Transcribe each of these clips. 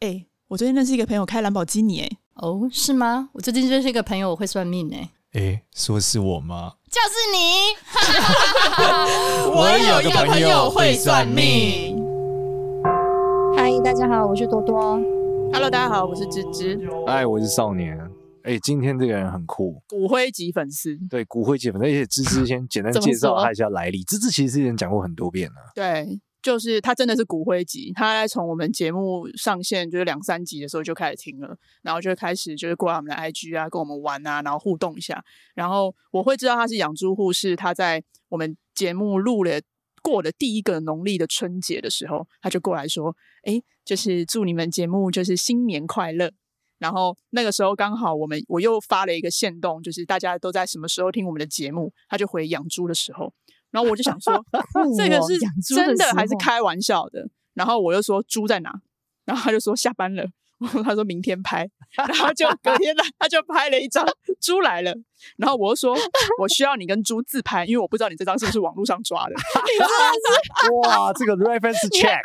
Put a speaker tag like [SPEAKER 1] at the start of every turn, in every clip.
[SPEAKER 1] 哎、我最近认识一个朋友开兰博基尼、哎，
[SPEAKER 2] 哦，是吗？我最近认识一个朋友，我会算命呢、
[SPEAKER 3] 诶，说是我吗？
[SPEAKER 2] 就是你。
[SPEAKER 3] 我有个朋友会算命。
[SPEAKER 4] 嗨，大家好，我是多 多。
[SPEAKER 1] Hello，大家好，我是芝芝，
[SPEAKER 3] 哎，我是少年。哎，今天这个人很酷，
[SPEAKER 1] 骨灰级粉丝。
[SPEAKER 3] 对骨灰界粉，而且芝芝先简单
[SPEAKER 1] 怎么
[SPEAKER 3] 介绍
[SPEAKER 1] 说
[SPEAKER 3] 他一下来历。芝芝其实之前讲过很多遍了，
[SPEAKER 1] 对，就是他真的是骨灰级，他从我们节目上线就是两三集的时候就开始听了，然后就开始就是过来我们的 IG 啊，跟我们玩啊，然后互动一下。然后我会知道他是养猪户，是他在我们节目录了。过了第一个农历的春节的时候，他就过来说：“哎，就是祝你们节目就是新年快乐。”然后那个时候刚好我们我又发了一个线动，就是大家都在什么时候听我们的节目，他就回养猪的时候，然后我就想说，这
[SPEAKER 4] 哦
[SPEAKER 1] 个是真的还是开玩笑的？然后我又说猪在哪？然后他就说下班了。他说明天拍，然后就隔天来，他就拍了一张猪来了。然后我又说，我需要你跟猪自拍，因为我不知道你这张是不是网络上抓的。
[SPEAKER 3] 哇，这个 reference check，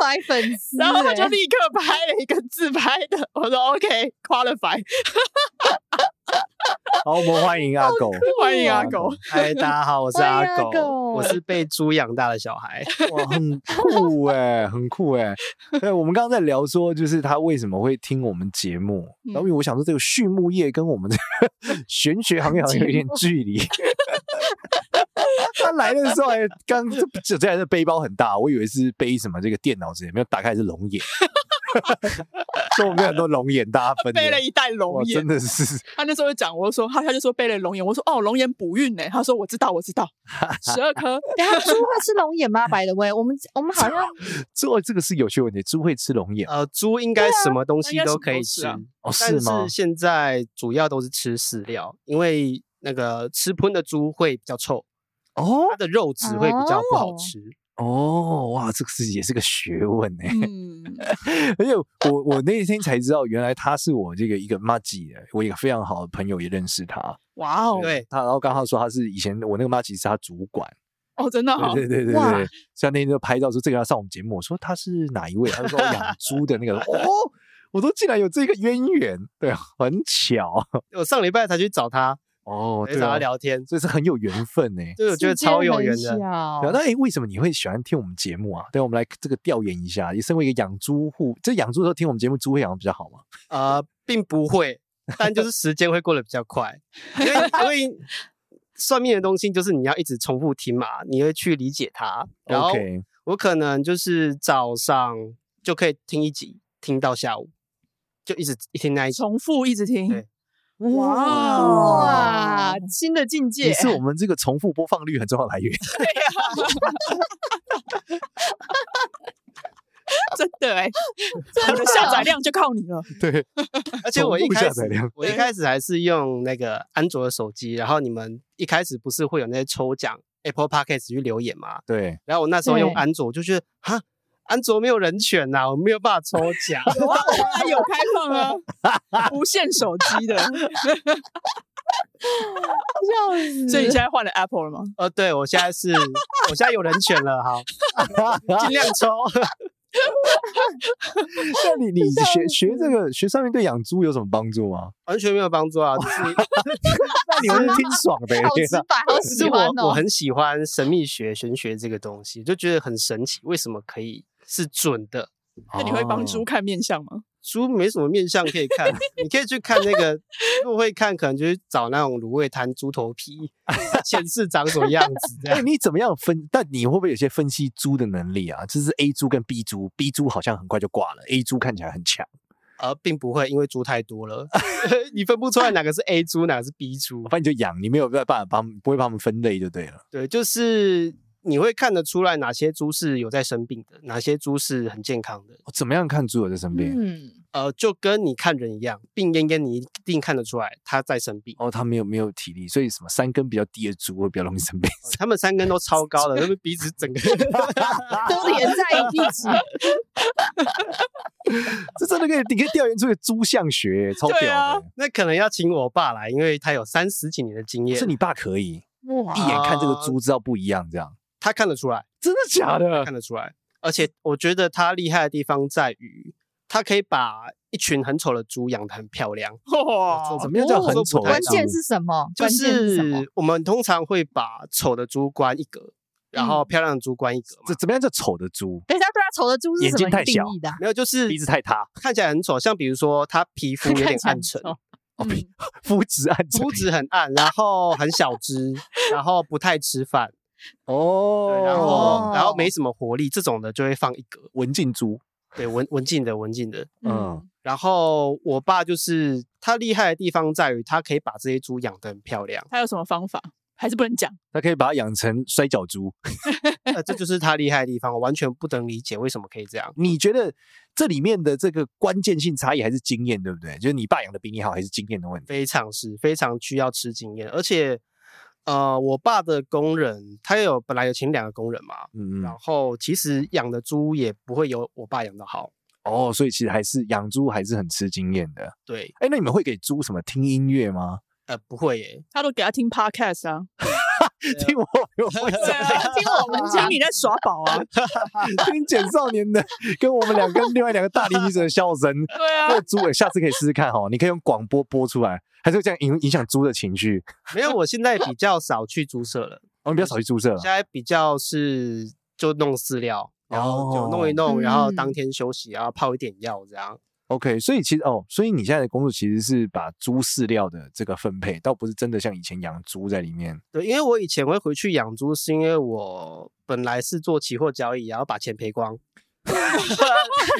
[SPEAKER 4] 白粉 丝欸
[SPEAKER 1] 然后他 就立刻拍了一个自拍的。我说 OK，qualify，、
[SPEAKER 3] 好，我们欢迎阿狗，
[SPEAKER 1] 欢迎阿狗。
[SPEAKER 5] 嗨，大家好，我是
[SPEAKER 4] 欢迎
[SPEAKER 5] 阿
[SPEAKER 4] 阿
[SPEAKER 5] 狗，
[SPEAKER 4] 狗啊
[SPEAKER 5] 我 是被猪养大的小孩。
[SPEAKER 3] 哇，很酷哎、很酷哎、对，我们刚刚在聊说，就是他为什么会听我们节目，然后因为
[SPEAKER 1] 嗯
[SPEAKER 3] 我想说，这个畜牧业跟我们这个 玄学行业好像有一点距离。 他来的时候还刚这这还是背包很大，我以为是背什么这个电脑之类，没有打开是龙眼， 所以我们有很多龙眼大家分的
[SPEAKER 1] 背了一袋
[SPEAKER 3] 哇
[SPEAKER 1] 龙眼
[SPEAKER 3] 真，的是
[SPEAKER 1] 他那时候就讲，我就说他他就说背了龙眼，我说哦龙眼补运呢、他说我知道我知 道，十二颗，
[SPEAKER 4] 等一下猪会吃龙眼吗？白的喂，我们我们好像
[SPEAKER 3] 这这个是有趣问题，猪会吃龙眼
[SPEAKER 1] 啊
[SPEAKER 5] 呃，猪应该什么东
[SPEAKER 1] 它
[SPEAKER 5] 西
[SPEAKER 1] 应该什
[SPEAKER 5] 都
[SPEAKER 1] 么
[SPEAKER 5] 可
[SPEAKER 1] 都
[SPEAKER 5] 以
[SPEAKER 1] 吃
[SPEAKER 5] 吃，
[SPEAKER 1] 啊
[SPEAKER 3] 哦
[SPEAKER 5] 但
[SPEAKER 3] 是吗
[SPEAKER 5] 是现在主要都是吃饲料，因为那个吃喷的猪会比较臭，
[SPEAKER 3] 哦
[SPEAKER 5] 它的肉质会比较不好
[SPEAKER 4] 哦
[SPEAKER 5] 吃。
[SPEAKER 3] 哦哇，这个是也是个学问哎、
[SPEAKER 1] 嗯，
[SPEAKER 3] 而且我我那天才知道，原来他是我这个一个 m a g i 的，我一个非常好的朋友也认识他。
[SPEAKER 1] 哇哦，
[SPEAKER 5] 对，
[SPEAKER 3] 他然后刚好说他是以前我那个 m a g i 是他主管，
[SPEAKER 1] 哦真的好，
[SPEAKER 3] 对对对对
[SPEAKER 1] 哇
[SPEAKER 3] 对。所以他那天就拍照说这个要上我们节目，我说他是哪一位？他就说养猪的那个。哦，我说竟然有这个渊源，对，啊很巧
[SPEAKER 5] 我上礼拜才去找他，
[SPEAKER 3] 哦，
[SPEAKER 5] 才
[SPEAKER 3] 对
[SPEAKER 5] 找他
[SPEAKER 3] 啊，
[SPEAKER 5] 聊天，
[SPEAKER 3] 这是很有缘分呢、
[SPEAKER 5] 对，我觉得超有缘
[SPEAKER 4] 世界
[SPEAKER 5] 的
[SPEAKER 4] 很。
[SPEAKER 3] 对
[SPEAKER 4] 小
[SPEAKER 3] 啊，那诶，为什么你会喜欢听我们节目啊？对，我们来这个调研一下。你身为一个养猪户，这养猪的时候听我们节目，猪会养的比较好吗？
[SPEAKER 1] 啊
[SPEAKER 5] 呃，并不会，但就是时间会过得比较 快，因为因为算命的东西就是你要一直重复听嘛，你会去理解它。然后
[SPEAKER 3] OK
[SPEAKER 5] 我可能就是早上就可以听一集，听到下午，就一直一听那一集。
[SPEAKER 1] 重复一直听
[SPEAKER 5] 对，
[SPEAKER 1] 哇哦
[SPEAKER 4] 哇，新的境界
[SPEAKER 3] 也是我们这个重复播放率很重要的来源。
[SPEAKER 1] 真的哎、我的下载量就靠你了。
[SPEAKER 3] 对，
[SPEAKER 5] 而且我一
[SPEAKER 3] 重复下
[SPEAKER 5] 开
[SPEAKER 3] 载量
[SPEAKER 5] 始我一开始还是用那个安卓的手机，然后你们一开始不是会有那些抽奖 Apple Podcast 去留言嘛？
[SPEAKER 3] 对，
[SPEAKER 5] 然后我那时候用
[SPEAKER 4] 对
[SPEAKER 5] 安卓，我就觉得哈。安卓没有人权呐、我没有办法抽奖。
[SPEAKER 1] 哇，还有开放啊，无线手机的，
[SPEAKER 4] 笑死
[SPEAKER 1] 所以你现在换了 Apple 了吗？
[SPEAKER 5] 呃，对我现在是，我现在有人选了，好，尽量抽。
[SPEAKER 3] 那你你学学这个学上面对养猪有什么帮助吗？
[SPEAKER 5] 完全没有帮助啊，就是
[SPEAKER 3] 那你们是挺爽的耶，
[SPEAKER 4] 好
[SPEAKER 3] 天
[SPEAKER 4] 直
[SPEAKER 3] 哪
[SPEAKER 4] 白，好
[SPEAKER 5] 只
[SPEAKER 4] 喜
[SPEAKER 5] 是我、
[SPEAKER 4] 欢
[SPEAKER 5] 我
[SPEAKER 4] 哦。
[SPEAKER 5] 很喜欢神秘学、玄学这个东西，就觉得很神奇，为什么可以是准的？
[SPEAKER 1] 那你会帮
[SPEAKER 3] 哦
[SPEAKER 1] 猪看面相吗？
[SPEAKER 5] 猪没什么面相可以看，你可以去看那个，如果会看，可能就是找那种卤味摊猪头皮显示长什么样子这
[SPEAKER 3] 哎、
[SPEAKER 5] 样。
[SPEAKER 3] 你怎么样分？但你会不会有些分析猪的能力啊？就是 A 猪跟 B 猪，B 猪好像很快就挂了，A 猪看起来很强。
[SPEAKER 5] 呃，并不会，因为猪太多了， 你分不出来哪个是 A 猪，哪个是 B 猪。
[SPEAKER 3] 反正你就养，你没有办法帮，不会帮他们分类就对了。
[SPEAKER 5] 对，就是你会看得出来哪些猪是有在生病的，哪些猪是很健康的。
[SPEAKER 3] 哦怎么样看猪有在生病？
[SPEAKER 2] 嗯，
[SPEAKER 5] 呃，就跟你看人一样，病恹恹，你一定看得出来它在生病。
[SPEAKER 3] 哦，它没有没有体力，所以什么三根比较低的猪会比较容易生病。
[SPEAKER 5] 他们三根都超高的，他们鼻子整个
[SPEAKER 4] 都连在一起，
[SPEAKER 3] 这真的可以，你可以调研出个猪相学，超
[SPEAKER 1] 对啊
[SPEAKER 3] 屌的。
[SPEAKER 5] 那可能要请我爸来，因为他有三十几年的经验，
[SPEAKER 3] 是你爸可以
[SPEAKER 1] 哇
[SPEAKER 3] 一眼看这个猪知道不一样，这样
[SPEAKER 5] 他看得出来，
[SPEAKER 3] 真的假的
[SPEAKER 5] 看？得出来。而且我觉得他厉害的地方在于，他可以把一群很丑的猪养得很漂亮。哦
[SPEAKER 1] 哇，
[SPEAKER 3] 怎么样叫很丑的
[SPEAKER 4] 关
[SPEAKER 3] 猪？
[SPEAKER 4] 键是什么？
[SPEAKER 5] 就
[SPEAKER 4] 关键是什么？
[SPEAKER 5] 是我们通常会把丑的猪关一格，然后漂亮的猪关一格嘛
[SPEAKER 3] 怎。怎么样叫丑的猪？
[SPEAKER 4] 等一下，对他丑的猪是
[SPEAKER 3] 眼
[SPEAKER 4] 什
[SPEAKER 3] 睛
[SPEAKER 4] 么
[SPEAKER 3] 太
[SPEAKER 4] 定
[SPEAKER 3] 小
[SPEAKER 4] 义的啊？
[SPEAKER 5] 没有，就是
[SPEAKER 3] 鼻子太 塌，
[SPEAKER 5] 看起来很丑，像比如说他皮肤有
[SPEAKER 4] 看
[SPEAKER 5] 点
[SPEAKER 4] 起来
[SPEAKER 5] 暗
[SPEAKER 4] 很
[SPEAKER 5] 沉，
[SPEAKER 4] 丑
[SPEAKER 3] 肤质暗沉
[SPEAKER 5] 肤质很暗，然后很小只，然后不太吃饭，对
[SPEAKER 3] 哦
[SPEAKER 5] 然后然后
[SPEAKER 4] 哦
[SPEAKER 5] 没什么活力，这种的就会放一格。
[SPEAKER 3] 文静猪，
[SPEAKER 5] 对，文文静的文静的。
[SPEAKER 3] 嗯，
[SPEAKER 5] 然后我爸就是他厉害的地方在于，他可以把这些猪养得很漂亮
[SPEAKER 1] 他有什么方法？还是不能讲？
[SPEAKER 3] 它可以把它养成摔跤猪。
[SPEAKER 5] 呃，这就是他厉害的地方。我完全不能理解为什么可以这样。
[SPEAKER 3] 你觉得这里面的这个关键性差异还是经验，对不对？就是你爸养的比你好，还是经验的问题？
[SPEAKER 5] 非常是非常需要吃经验，而且呃，我爸的工人他有本来有请两个工人嘛，
[SPEAKER 3] 嗯
[SPEAKER 5] 然
[SPEAKER 3] 嗯，
[SPEAKER 5] 后其实养的猪也不会有我爸养的好。
[SPEAKER 3] 哦，所以其实还是养猪还是很吃经验的。
[SPEAKER 5] 对，
[SPEAKER 3] 哎，那你们会给猪什么听音乐吗？
[SPEAKER 5] 呃，不会耶，
[SPEAKER 1] 他都给他听 podcast 啊，
[SPEAKER 3] 听我有为什
[SPEAKER 1] 对啊，听我 们讲你在耍宝啊，
[SPEAKER 3] 么听简少年的， 跟我们两个跟另外两个大龄女子的笑声？
[SPEAKER 1] 对啊
[SPEAKER 3] 这，个猪，哎下次可以试试看哦，你可以用广播播出来，还是会这样影影响猪的情绪。
[SPEAKER 5] 没有，我现在比较少去猪舍了，
[SPEAKER 3] 我们
[SPEAKER 1] 嗯
[SPEAKER 3] 不要少去猪舍了
[SPEAKER 5] 现。在比较是就弄饲料，然后就
[SPEAKER 3] 哦
[SPEAKER 5] 弄一弄，然后
[SPEAKER 4] 嗯
[SPEAKER 5] 当天休息，然后泡一点药这样。
[SPEAKER 3] OK，所以其实哦，所以你现在的工作其实是把猪饲料的这个分配，倒不是真的像以前养猪在里面。
[SPEAKER 5] 对，因为我以前会回去养猪，是因为我本来是做期货交易，然后把钱赔光，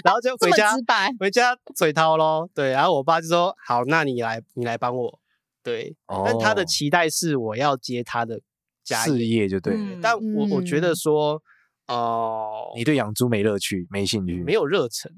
[SPEAKER 5] 然后就
[SPEAKER 4] 这
[SPEAKER 5] 回
[SPEAKER 4] 么
[SPEAKER 5] 家
[SPEAKER 4] 直白，
[SPEAKER 5] 回家嘴掏咯。对，然后我爸就说：“好，那你来，你来帮我。”对，但他的
[SPEAKER 3] 哦
[SPEAKER 5] 期待是我要接他的家
[SPEAKER 3] 事业就对了，
[SPEAKER 1] 嗯
[SPEAKER 5] 但我我觉得说，哦、
[SPEAKER 3] 你对养猪没乐趣，没兴趣。
[SPEAKER 5] 没，
[SPEAKER 1] 哦
[SPEAKER 5] 有热忱，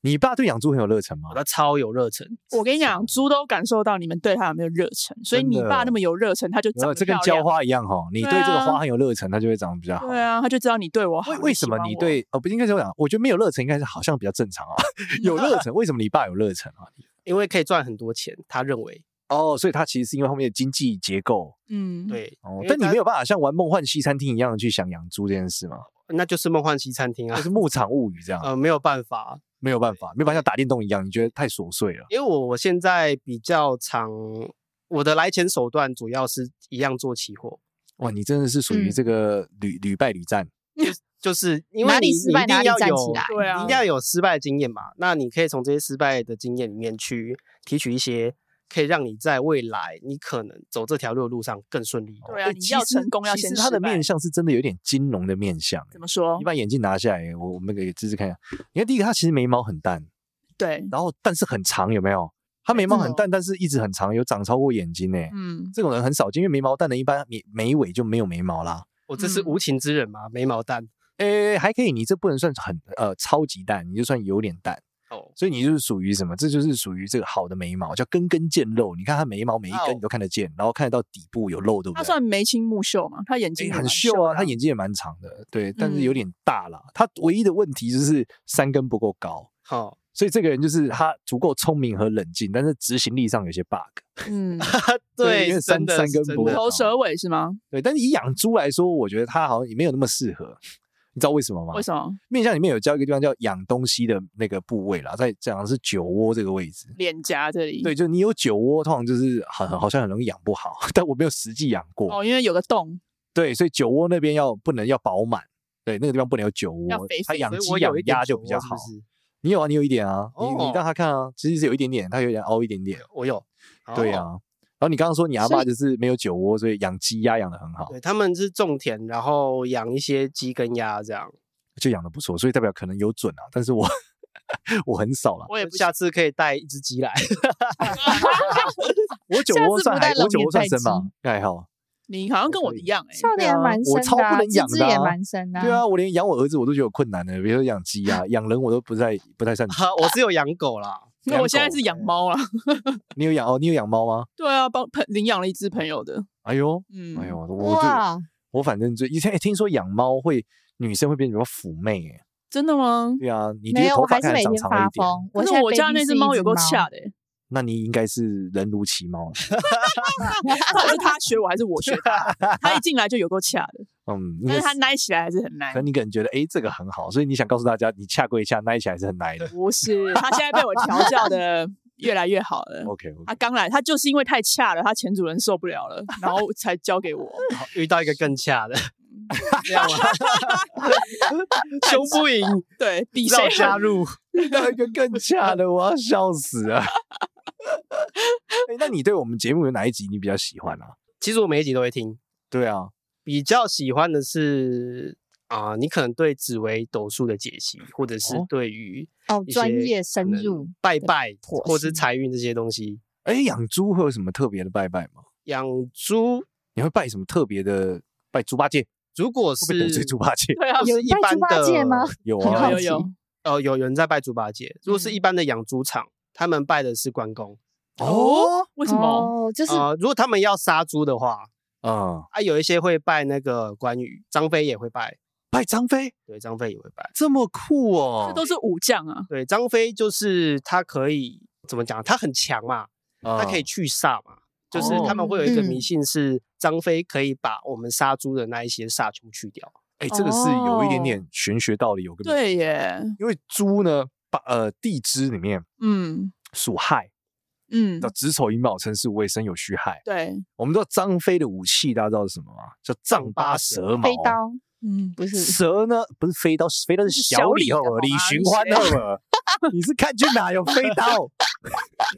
[SPEAKER 3] 你爸对养猪很有热忱吗？
[SPEAKER 5] 他超有热忱。
[SPEAKER 1] 我跟你讲，猪都感受到你们对它有没有热忱，所以
[SPEAKER 3] 真
[SPEAKER 1] 你
[SPEAKER 3] 的
[SPEAKER 1] 爸那么有热忱，他就长
[SPEAKER 3] 呃，
[SPEAKER 1] 得
[SPEAKER 3] 这跟
[SPEAKER 1] 漂
[SPEAKER 3] 浇
[SPEAKER 1] 亮
[SPEAKER 3] 花一样哈、你对
[SPEAKER 1] 对
[SPEAKER 3] 这个
[SPEAKER 1] 啊
[SPEAKER 3] 花很有热忱，它就会长得比较好。
[SPEAKER 1] 对啊，他就知道你对我好。
[SPEAKER 3] 为为什么
[SPEAKER 1] 喜欢
[SPEAKER 3] 你
[SPEAKER 1] 我？
[SPEAKER 3] 对哦不应该这样讲？我觉得没有热忱应该是好像比较正常啊。有 热忱，为什么你爸有热忱啊？
[SPEAKER 5] 因为可以赚很多钱，他认为
[SPEAKER 3] 哦，所以他其实是因为后面的经济结构
[SPEAKER 1] 嗯，
[SPEAKER 5] 对。
[SPEAKER 3] 哦
[SPEAKER 5] 因，为
[SPEAKER 3] 但你
[SPEAKER 5] 他
[SPEAKER 3] 没有办法像玩梦幻西餐厅一样去想养猪这 件事嘛，
[SPEAKER 5] 那就是梦幻西餐厅啊
[SPEAKER 3] 哦就，是牧场物语
[SPEAKER 1] 哦
[SPEAKER 3] 这样。
[SPEAKER 5] 呃，没有办法，
[SPEAKER 3] 没有办法，没有办法像打电动一样，你觉得太琐碎了。
[SPEAKER 5] 因为我我现在比较常我的来钱手段主要是一样做期货，
[SPEAKER 3] 哇，你真的是属于
[SPEAKER 4] 嗯
[SPEAKER 3] 这个屡屡败屡战。
[SPEAKER 5] 就是因为
[SPEAKER 4] 哪
[SPEAKER 5] 你
[SPEAKER 4] 里
[SPEAKER 5] 你
[SPEAKER 4] 失
[SPEAKER 5] 一
[SPEAKER 4] 败
[SPEAKER 5] 定
[SPEAKER 4] 哪里
[SPEAKER 5] 要
[SPEAKER 4] 站
[SPEAKER 5] 有
[SPEAKER 4] 起来，嗯
[SPEAKER 1] 对啊
[SPEAKER 5] 一定要有失败的经验嘛。那你可以从这些失败的经验里面去提取一些，可以让你在未来你可能走这条路的路上更顺利。
[SPEAKER 1] 对啊，
[SPEAKER 3] 哎
[SPEAKER 1] 你
[SPEAKER 3] 其
[SPEAKER 1] 要
[SPEAKER 3] 实
[SPEAKER 1] 成功要
[SPEAKER 3] 其
[SPEAKER 1] 先
[SPEAKER 3] 实
[SPEAKER 1] 失败。
[SPEAKER 3] 他的面相是真的有点金融的面相。
[SPEAKER 1] 怎么说
[SPEAKER 3] 你？把眼镜拿下来，我我们给芝芝看一下。啊你看第一个，他其实眉毛很淡，
[SPEAKER 1] 对，
[SPEAKER 3] 然后但是很长，有没有？他眉毛很淡，但是一直很长，有长超过眼睛呢。
[SPEAKER 1] 哦嗯，
[SPEAKER 3] 这种人很少见，因为眉毛淡的一般眉眉尾就没有眉毛啦。
[SPEAKER 5] 我这是
[SPEAKER 1] 嗯
[SPEAKER 5] 无情之人嘛，眉毛淡
[SPEAKER 3] 诶，还可以，你这不能算很呃超级淡，你就算有点淡。
[SPEAKER 5] 哦，
[SPEAKER 3] 所以你就是属于什么？这就是属于这个好的眉毛，叫根根见肉。你看它眉毛每一
[SPEAKER 5] 哦
[SPEAKER 3] 根你都看得见，然后看得到底部有肉，对不
[SPEAKER 1] 他
[SPEAKER 3] 对？
[SPEAKER 1] 算眉清目秀嘛，他眼
[SPEAKER 3] 诶
[SPEAKER 1] 睛也
[SPEAKER 3] 很
[SPEAKER 1] 蛮
[SPEAKER 3] 秀啊，
[SPEAKER 1] 的
[SPEAKER 3] 他眼睛也蛮长的，对，但是
[SPEAKER 1] 嗯
[SPEAKER 3] 有点大啦。他唯一的问题就是三根不够高，
[SPEAKER 5] 好、
[SPEAKER 3] 所以这个人就是他足够聪明和冷静，但是执行力上有些 bug。
[SPEAKER 1] 嗯，
[SPEAKER 3] 对因为
[SPEAKER 5] 对，
[SPEAKER 3] 三
[SPEAKER 5] 真的
[SPEAKER 3] 三
[SPEAKER 5] 是
[SPEAKER 3] 根
[SPEAKER 5] 真
[SPEAKER 3] 不
[SPEAKER 1] 虎
[SPEAKER 5] 的
[SPEAKER 3] 够
[SPEAKER 1] 头蛇尾是吗？
[SPEAKER 3] 对，但是以养猪来说，我觉得他好像也没有那么适合。你知道为什么吗？
[SPEAKER 1] 为什么？
[SPEAKER 3] 面相里面有教一个地方叫养东西的那个部位啦，在讲的是酒窝这个位置。
[SPEAKER 1] 脸颊这里。
[SPEAKER 3] 对，就你有酒窝，通常就是很好像很容易养不好，但我没有实际养过。
[SPEAKER 1] 哦，因为有个洞，
[SPEAKER 3] 对，所以酒窝那边要不能要饱满，对，那个地方不能有酒窝
[SPEAKER 1] 要肥，
[SPEAKER 3] 它
[SPEAKER 1] 肥
[SPEAKER 3] 养
[SPEAKER 5] 所以
[SPEAKER 3] 鸡
[SPEAKER 5] 我
[SPEAKER 3] 养
[SPEAKER 5] 有一点
[SPEAKER 3] 鸭就
[SPEAKER 5] 酒
[SPEAKER 3] 比
[SPEAKER 5] 窝
[SPEAKER 3] 较
[SPEAKER 5] 是
[SPEAKER 3] 好
[SPEAKER 5] 不。是
[SPEAKER 3] 你有啊，你有一点啊，你你
[SPEAKER 5] 哦
[SPEAKER 3] 让他看啊，其实是有一点点，它有点凹一点点，
[SPEAKER 5] 我有，
[SPEAKER 3] 对
[SPEAKER 5] 哦
[SPEAKER 3] 啊。然后你刚刚说你阿爸
[SPEAKER 4] 所以
[SPEAKER 3] 就是没有酒窝，所以养鸡鸭养的很好，
[SPEAKER 5] 对，他们是种田，然后养一些鸡跟鸭这样。
[SPEAKER 3] 就养的不错，所以代表可能有准啊，但是我 我很少啦，
[SPEAKER 1] 我也不
[SPEAKER 5] 下次可以带一 只鸡来。
[SPEAKER 3] 我酒
[SPEAKER 4] 下
[SPEAKER 3] 窝
[SPEAKER 4] 次
[SPEAKER 3] 算
[SPEAKER 4] 不
[SPEAKER 3] 还
[SPEAKER 4] 带
[SPEAKER 3] 我
[SPEAKER 4] 龙
[SPEAKER 3] 酒窝
[SPEAKER 4] 眼
[SPEAKER 3] 算
[SPEAKER 4] 带
[SPEAKER 3] 深吧哎
[SPEAKER 4] 鸡，
[SPEAKER 3] 还好。
[SPEAKER 1] 你好像跟我
[SPEAKER 3] 可以
[SPEAKER 1] 一样哎、
[SPEAKER 4] 少年蛮
[SPEAKER 3] 我
[SPEAKER 4] 深
[SPEAKER 3] 超
[SPEAKER 4] 的、
[SPEAKER 3] 不
[SPEAKER 4] 啊，
[SPEAKER 3] 能
[SPEAKER 4] 芝
[SPEAKER 3] 养
[SPEAKER 4] 芝
[SPEAKER 3] 的
[SPEAKER 4] 也
[SPEAKER 3] 啊
[SPEAKER 4] 蛮深的、
[SPEAKER 3] 对啊，，我连养我儿子我都觉得有困难的，比如说养鸡啊，养人我都不太不太擅长。
[SPEAKER 5] 我是有养狗啦，
[SPEAKER 1] 那我现在是养猫啦。
[SPEAKER 3] 你有养哦？你有养猫吗？
[SPEAKER 1] 对啊，帮朋领养了一只朋友的，
[SPEAKER 3] 哎呦，
[SPEAKER 1] 嗯，
[SPEAKER 3] 哎呦，我就
[SPEAKER 4] 哇，
[SPEAKER 3] 我反正就以前、哎听说养猫会女生会变得比较妩媚、哎，
[SPEAKER 1] 真的吗？
[SPEAKER 3] 对啊，你就
[SPEAKER 4] 没
[SPEAKER 3] 是
[SPEAKER 4] 有，
[SPEAKER 3] 头
[SPEAKER 4] 我
[SPEAKER 3] 发
[SPEAKER 4] 还
[SPEAKER 3] 看
[SPEAKER 4] 是
[SPEAKER 3] 起来
[SPEAKER 4] 每
[SPEAKER 3] 长长
[SPEAKER 4] 天
[SPEAKER 3] 了
[SPEAKER 4] 发
[SPEAKER 3] 一点，
[SPEAKER 4] 疯。 我
[SPEAKER 1] 可是
[SPEAKER 4] 现在
[SPEAKER 1] 我
[SPEAKER 4] baby
[SPEAKER 1] 家那
[SPEAKER 4] 是
[SPEAKER 1] 只
[SPEAKER 4] 一
[SPEAKER 1] 猫有够
[SPEAKER 4] 猫
[SPEAKER 1] 恰 的、欸，
[SPEAKER 3] 那你应该是人如其猫了。
[SPEAKER 1] 到底是他学我还是我学他？他一进来就有够恰的，
[SPEAKER 3] 嗯，应
[SPEAKER 1] 但
[SPEAKER 3] 该
[SPEAKER 1] 是他
[SPEAKER 3] 是
[SPEAKER 1] 奶起来还是很奶。
[SPEAKER 3] 可。能你可能觉得，哎、这个很好，所以你想告诉大家，你恰归恰，耐起来是很耐 的
[SPEAKER 1] 不是，他现在被我调教的越来越好 了。
[SPEAKER 3] OK OK，
[SPEAKER 1] 他刚来，啊他就是因为太恰了，他前主人受不了了，然后才交给我。
[SPEAKER 5] 好遇到一个更恰的，这样吗？ 凶不赢，
[SPEAKER 1] 对比谁
[SPEAKER 5] 绕
[SPEAKER 1] 狠
[SPEAKER 5] 加入。
[SPEAKER 3] 遇到一个更恰的，我要笑死 啊！哎、那你对我们节目有哪一集你比较喜欢啊？
[SPEAKER 5] 其实我每一集都会听，
[SPEAKER 3] 对啊，
[SPEAKER 5] 比较喜欢的是啊、你可能对紫微斗数的解析，或者是
[SPEAKER 3] 哦
[SPEAKER 5] 对于
[SPEAKER 4] 哦
[SPEAKER 5] 一，
[SPEAKER 4] 专
[SPEAKER 5] 些
[SPEAKER 4] 业
[SPEAKER 5] 可
[SPEAKER 4] 深
[SPEAKER 5] 能
[SPEAKER 4] 入，
[SPEAKER 5] 拜拜
[SPEAKER 4] 剖
[SPEAKER 5] 或是
[SPEAKER 4] 析
[SPEAKER 5] 财运这些东西。
[SPEAKER 3] 哎、养猪会有什么特别的拜拜吗？
[SPEAKER 5] 养猪
[SPEAKER 3] 你会拜什么特别的？拜猪八戒？
[SPEAKER 5] 如果
[SPEAKER 3] 会不会得罪
[SPEAKER 5] 是
[SPEAKER 3] 猪 八戒？
[SPEAKER 1] 对啊，
[SPEAKER 5] 是一
[SPEAKER 4] 拜
[SPEAKER 5] 般
[SPEAKER 4] 猪八戒
[SPEAKER 5] 的
[SPEAKER 4] 吗？
[SPEAKER 3] 有
[SPEAKER 4] 很
[SPEAKER 3] 啊
[SPEAKER 4] 好
[SPEAKER 1] 有有
[SPEAKER 4] 奇
[SPEAKER 1] 有，
[SPEAKER 5] 呃，有有人在拜猪八戒。如
[SPEAKER 3] 嗯
[SPEAKER 5] 果是一般的养猪场，他们拜的是关公。
[SPEAKER 3] 哦，
[SPEAKER 1] 为什么？
[SPEAKER 4] 哦，就是
[SPEAKER 5] 呃，如果他们要杀猪的话，
[SPEAKER 3] 嗯，
[SPEAKER 5] 啊，有一些会拜那个关羽，张飞也会拜，
[SPEAKER 3] 拜张飞
[SPEAKER 5] 对，张飞也会拜。
[SPEAKER 3] 这么酷哦
[SPEAKER 1] 这，都是武将啊，
[SPEAKER 5] 对，张飞就是他可以怎么讲？啊他很强嘛，
[SPEAKER 3] 他
[SPEAKER 5] 他可以去煞嘛。就是他
[SPEAKER 3] 哦
[SPEAKER 5] 们会有一个
[SPEAKER 3] 嗯
[SPEAKER 5] 迷信，是张飞可以把我们杀猪的那一些煞全部去掉。
[SPEAKER 3] 哎，这个是有一点
[SPEAKER 1] 哦
[SPEAKER 3] 点玄学道理，有个
[SPEAKER 1] 对，耶，
[SPEAKER 3] 因为猪呢，把呃地支里面
[SPEAKER 1] 嗯
[SPEAKER 3] 属亥，
[SPEAKER 1] 嗯
[SPEAKER 3] 叫，子丑寅卯辰巳午未申酉戌亥。
[SPEAKER 1] 对，
[SPEAKER 3] 我们知道张飞的武器，大家知道是什么吗？叫丈八
[SPEAKER 5] 八
[SPEAKER 3] 蛇矛。
[SPEAKER 4] 飞刀，
[SPEAKER 1] 嗯，
[SPEAKER 4] 不是
[SPEAKER 3] 蛇呢？不是飞刀，飞刀是
[SPEAKER 1] 是
[SPEAKER 3] 小
[SPEAKER 1] 小
[SPEAKER 3] 李
[SPEAKER 1] 李
[SPEAKER 3] 后
[SPEAKER 1] 的好
[SPEAKER 3] 儿，李
[SPEAKER 1] 吗
[SPEAKER 3] 寻
[SPEAKER 1] 你
[SPEAKER 3] 欢
[SPEAKER 1] 谁
[SPEAKER 3] 后儿。 你是看去哪有飞刀？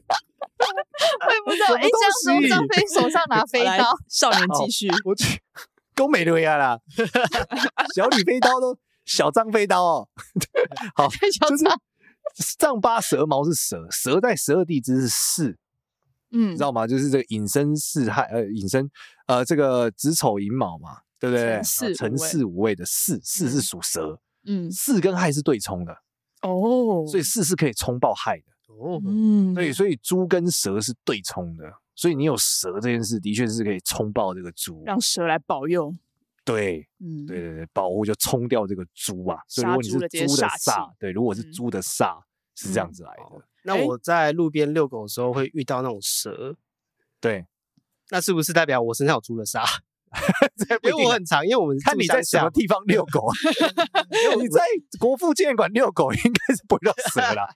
[SPEAKER 4] 我也不知道。哎，这样子张飞手上 拿飞
[SPEAKER 1] 好来
[SPEAKER 4] 刀，，
[SPEAKER 1] 少年继续，
[SPEAKER 3] 我去，勾美瑞 亚啦，小李飞刀都小张飞刀哦， 好，就是丈八蛇矛是蛇，蛇在十二地支是巳，你
[SPEAKER 1] 嗯
[SPEAKER 3] 知，道吗？就是这个引申巳亥，呃，引申呃这个子丑寅卯嘛，对不对？呃
[SPEAKER 1] 辰巳
[SPEAKER 3] 辰
[SPEAKER 1] 午
[SPEAKER 3] 巳午未的巳，巳是属蛇，
[SPEAKER 1] 嗯，
[SPEAKER 3] 巳跟亥是对冲的，
[SPEAKER 1] 哦，
[SPEAKER 3] 所以巳是可以冲爆亥的，
[SPEAKER 5] 哦，
[SPEAKER 1] 嗯，
[SPEAKER 3] 对，所以猪跟蛇是对冲的。所以你有蛇这件事，的确是可以冲爆这个猪。
[SPEAKER 1] 让蛇来保佑，
[SPEAKER 3] 对，
[SPEAKER 1] 嗯，
[SPEAKER 3] 对对对，保护就冲掉这个猪啊。所以
[SPEAKER 1] 杀
[SPEAKER 3] 如果你是
[SPEAKER 1] 猪的
[SPEAKER 3] 猪
[SPEAKER 1] 这
[SPEAKER 3] 的
[SPEAKER 1] 些煞气
[SPEAKER 3] 煞，对，如果是
[SPEAKER 1] 嗯
[SPEAKER 3] 猪的煞，是这样子来的。
[SPEAKER 5] 那
[SPEAKER 1] 诶
[SPEAKER 5] 我在路边遛狗的时候会遇到那种蛇，
[SPEAKER 3] 对，
[SPEAKER 5] 那是不是代表我身上有猪的 杀？
[SPEAKER 3] 这不一
[SPEAKER 5] 因为我
[SPEAKER 3] 定。啊
[SPEAKER 5] 很常，因为我们
[SPEAKER 3] 看
[SPEAKER 5] 住
[SPEAKER 3] 你
[SPEAKER 5] 乡
[SPEAKER 3] 在什
[SPEAKER 5] 下
[SPEAKER 3] 么
[SPEAKER 5] 嘛
[SPEAKER 3] 地方遛狗啊，你在国父纪念馆遛狗，应该是不会遇到蛇啦。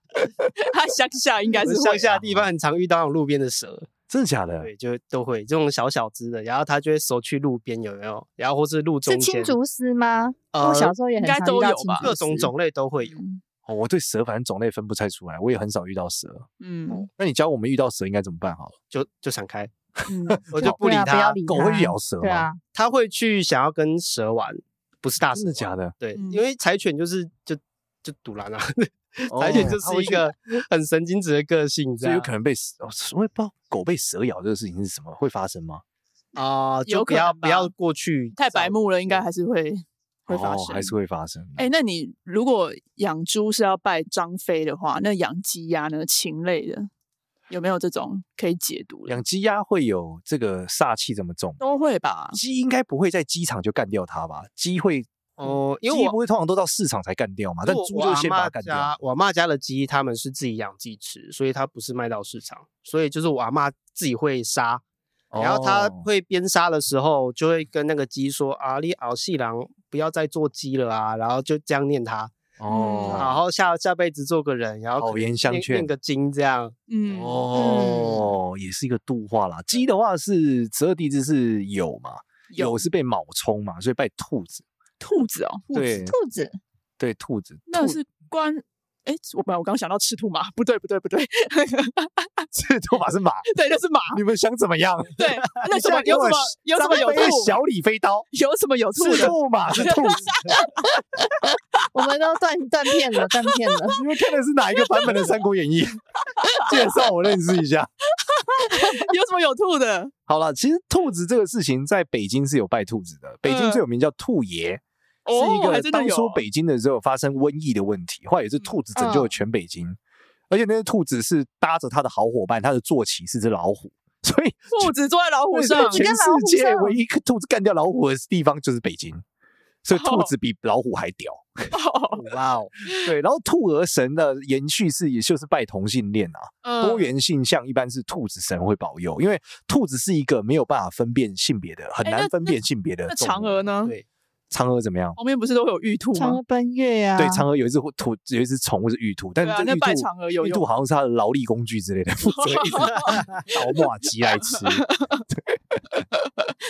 [SPEAKER 1] 他乡下应该是
[SPEAKER 5] 我们
[SPEAKER 1] 会
[SPEAKER 5] 乡下
[SPEAKER 3] 啊
[SPEAKER 5] 地方很常遇到那种路边的蛇，
[SPEAKER 3] 真的假的？
[SPEAKER 5] 对，就都会这种小小只的，然后它就会熟去路边有没有？然后或是路中
[SPEAKER 4] 是
[SPEAKER 5] 间，
[SPEAKER 4] 青竹丝吗？
[SPEAKER 5] 呃
[SPEAKER 4] 我小时候也很
[SPEAKER 1] 应该
[SPEAKER 4] 常
[SPEAKER 1] 都
[SPEAKER 4] 遇到
[SPEAKER 1] 有
[SPEAKER 4] 青
[SPEAKER 1] 吧
[SPEAKER 4] 竹
[SPEAKER 5] 各种
[SPEAKER 4] 丝
[SPEAKER 5] 种类都会有。
[SPEAKER 1] 嗯
[SPEAKER 3] 哦，我对蛇反正种类分不太出来，我也很少遇到蛇。
[SPEAKER 1] 嗯
[SPEAKER 3] 那你教我们遇到蛇应该怎么办好了？
[SPEAKER 5] 就就闪开，
[SPEAKER 1] 嗯，
[SPEAKER 5] 我就不
[SPEAKER 4] 对
[SPEAKER 5] 理
[SPEAKER 4] 啊不要
[SPEAKER 5] 它。
[SPEAKER 4] 理
[SPEAKER 3] 狗会
[SPEAKER 4] 它
[SPEAKER 3] 去咬蛇
[SPEAKER 4] 对
[SPEAKER 3] 吗
[SPEAKER 4] 啊，
[SPEAKER 5] 它会去想要跟蛇玩，不是大蛇，
[SPEAKER 3] 真的假
[SPEAKER 5] 的？
[SPEAKER 3] 的？
[SPEAKER 5] 对，
[SPEAKER 1] 嗯
[SPEAKER 5] 因为柴犬就是就就堵拦啊，柴犬
[SPEAKER 3] 哦
[SPEAKER 5] 就
[SPEAKER 3] 它会
[SPEAKER 5] 是一
[SPEAKER 3] 去
[SPEAKER 5] 个很神经质的个性，这
[SPEAKER 3] 所以
[SPEAKER 5] 样
[SPEAKER 3] 有可能被蛇，哦我也不知道狗被蛇咬这个事情是什么，会发生吗？
[SPEAKER 5] 啊，
[SPEAKER 1] 有
[SPEAKER 5] 就不
[SPEAKER 1] 可
[SPEAKER 5] 要
[SPEAKER 1] 能
[SPEAKER 5] 不要
[SPEAKER 1] 吧
[SPEAKER 5] 过去
[SPEAKER 1] 太白
[SPEAKER 5] 造
[SPEAKER 1] 目了，应该还是会会发
[SPEAKER 3] 哦
[SPEAKER 1] 生，
[SPEAKER 3] 还是会发生。
[SPEAKER 1] 哎、那你如果养猪是要拜张飞的话，那养鸡鸭呢？禽类的有没有这种可以解读的？
[SPEAKER 3] 养鸡鸭会有这个煞气这么重吗？
[SPEAKER 1] 都会吧？
[SPEAKER 3] 鸡应该不会在机场就干掉它吧？鸡会，
[SPEAKER 5] 哦，因为
[SPEAKER 3] 鸡
[SPEAKER 5] 我
[SPEAKER 3] 不会通常都到市场才干掉嘛，但
[SPEAKER 5] 我
[SPEAKER 3] 猪
[SPEAKER 5] 我
[SPEAKER 3] 就
[SPEAKER 5] 阿
[SPEAKER 3] 先把它
[SPEAKER 5] 嬷
[SPEAKER 3] 干
[SPEAKER 5] 家
[SPEAKER 3] 掉。
[SPEAKER 5] 我阿妈家的鸡，他们是自己养自己吃，所以它不是卖到市场，所以就是我阿妈自己会杀，然后她
[SPEAKER 3] 哦
[SPEAKER 5] 会边杀的时候就会跟那个鸡说：“啊，你熬细狼，不要再做鸡了啊！”然后就这样念它，嗯然
[SPEAKER 3] 哦
[SPEAKER 5] 后下下辈子做个人，然后
[SPEAKER 3] 好
[SPEAKER 5] 可能
[SPEAKER 3] 言相
[SPEAKER 5] 念
[SPEAKER 3] 劝
[SPEAKER 5] 念个经这样。
[SPEAKER 1] 嗯，
[SPEAKER 3] 哦，也是一个度化啦。鸡的话是十二地支是酉嘛，酉是被卯冲嘛，所以拜兔子。
[SPEAKER 1] 兔子哦，兔
[SPEAKER 3] 对
[SPEAKER 4] 兔子
[SPEAKER 3] 对，兔子。
[SPEAKER 1] 那是关哎、我本来我刚想到赤兔马，不对不对不对，
[SPEAKER 3] 这头发是马，
[SPEAKER 1] 对，那是马，
[SPEAKER 3] 你们想怎么样？
[SPEAKER 1] 对，那
[SPEAKER 3] 你
[SPEAKER 1] 什
[SPEAKER 3] 现在
[SPEAKER 1] 么
[SPEAKER 3] 给
[SPEAKER 1] 有
[SPEAKER 3] 我
[SPEAKER 1] 什么有什么
[SPEAKER 3] 张
[SPEAKER 1] 有
[SPEAKER 3] 飞
[SPEAKER 1] 兔，
[SPEAKER 3] 小李飞刀
[SPEAKER 1] 有什么有兔
[SPEAKER 3] 是
[SPEAKER 1] 的？
[SPEAKER 3] 兔马是兔子，
[SPEAKER 4] 我们都断断片 了，断片了。
[SPEAKER 3] 你们看的是哪一个版本的《三国演义》？介绍我认识一下。
[SPEAKER 1] 有什么有吐的？
[SPEAKER 3] 好了，其实兔子这个事情在北京是有拜兔子的，北京
[SPEAKER 1] 嗯
[SPEAKER 3] 最有名叫兔爷，是一
[SPEAKER 1] 哦，还真
[SPEAKER 3] 个
[SPEAKER 1] 的
[SPEAKER 3] 当
[SPEAKER 1] 有嗯
[SPEAKER 3] 初北京的时候发生瘟疫的问题，后来也是兔子拯救了全北京，而且那些兔子是搭着它的好伙伴，它的坐骑是只老虎，所以
[SPEAKER 1] 兔子坐在老虎
[SPEAKER 3] 对
[SPEAKER 1] 上
[SPEAKER 3] 在，全世界唯一一个兔子干掉老虎的地方就是北京，所
[SPEAKER 1] 哦
[SPEAKER 3] 以兔子比老虎还屌。哇哦，对，然后兔儿神的延续是也就是拜同性恋啊，
[SPEAKER 1] 嗯
[SPEAKER 3] 多元性向一般是兔子神会保佑，因为兔子是一个没有办法分辨性别的，很
[SPEAKER 1] 哎
[SPEAKER 3] 难
[SPEAKER 1] 那
[SPEAKER 3] 分辨性别的
[SPEAKER 1] 那
[SPEAKER 3] 动
[SPEAKER 1] 嫦
[SPEAKER 3] 物
[SPEAKER 1] 娥？呢？
[SPEAKER 5] 对，
[SPEAKER 3] 嫦娥怎么样？
[SPEAKER 1] 旁边不是都会有玉兔
[SPEAKER 4] 嫦
[SPEAKER 1] 吗
[SPEAKER 4] 娥？奔月呀、
[SPEAKER 3] 对，嫦娥有一只兔兔，有一只宠物是玉兔，但
[SPEAKER 1] 对啊
[SPEAKER 3] 是这
[SPEAKER 1] 那
[SPEAKER 3] 玉
[SPEAKER 1] 拜
[SPEAKER 3] 兔
[SPEAKER 1] 嫦娥有
[SPEAKER 3] 玉
[SPEAKER 1] 用
[SPEAKER 3] 兔好像是它的劳力工具之 类的，负责一直倒马鸡来吃。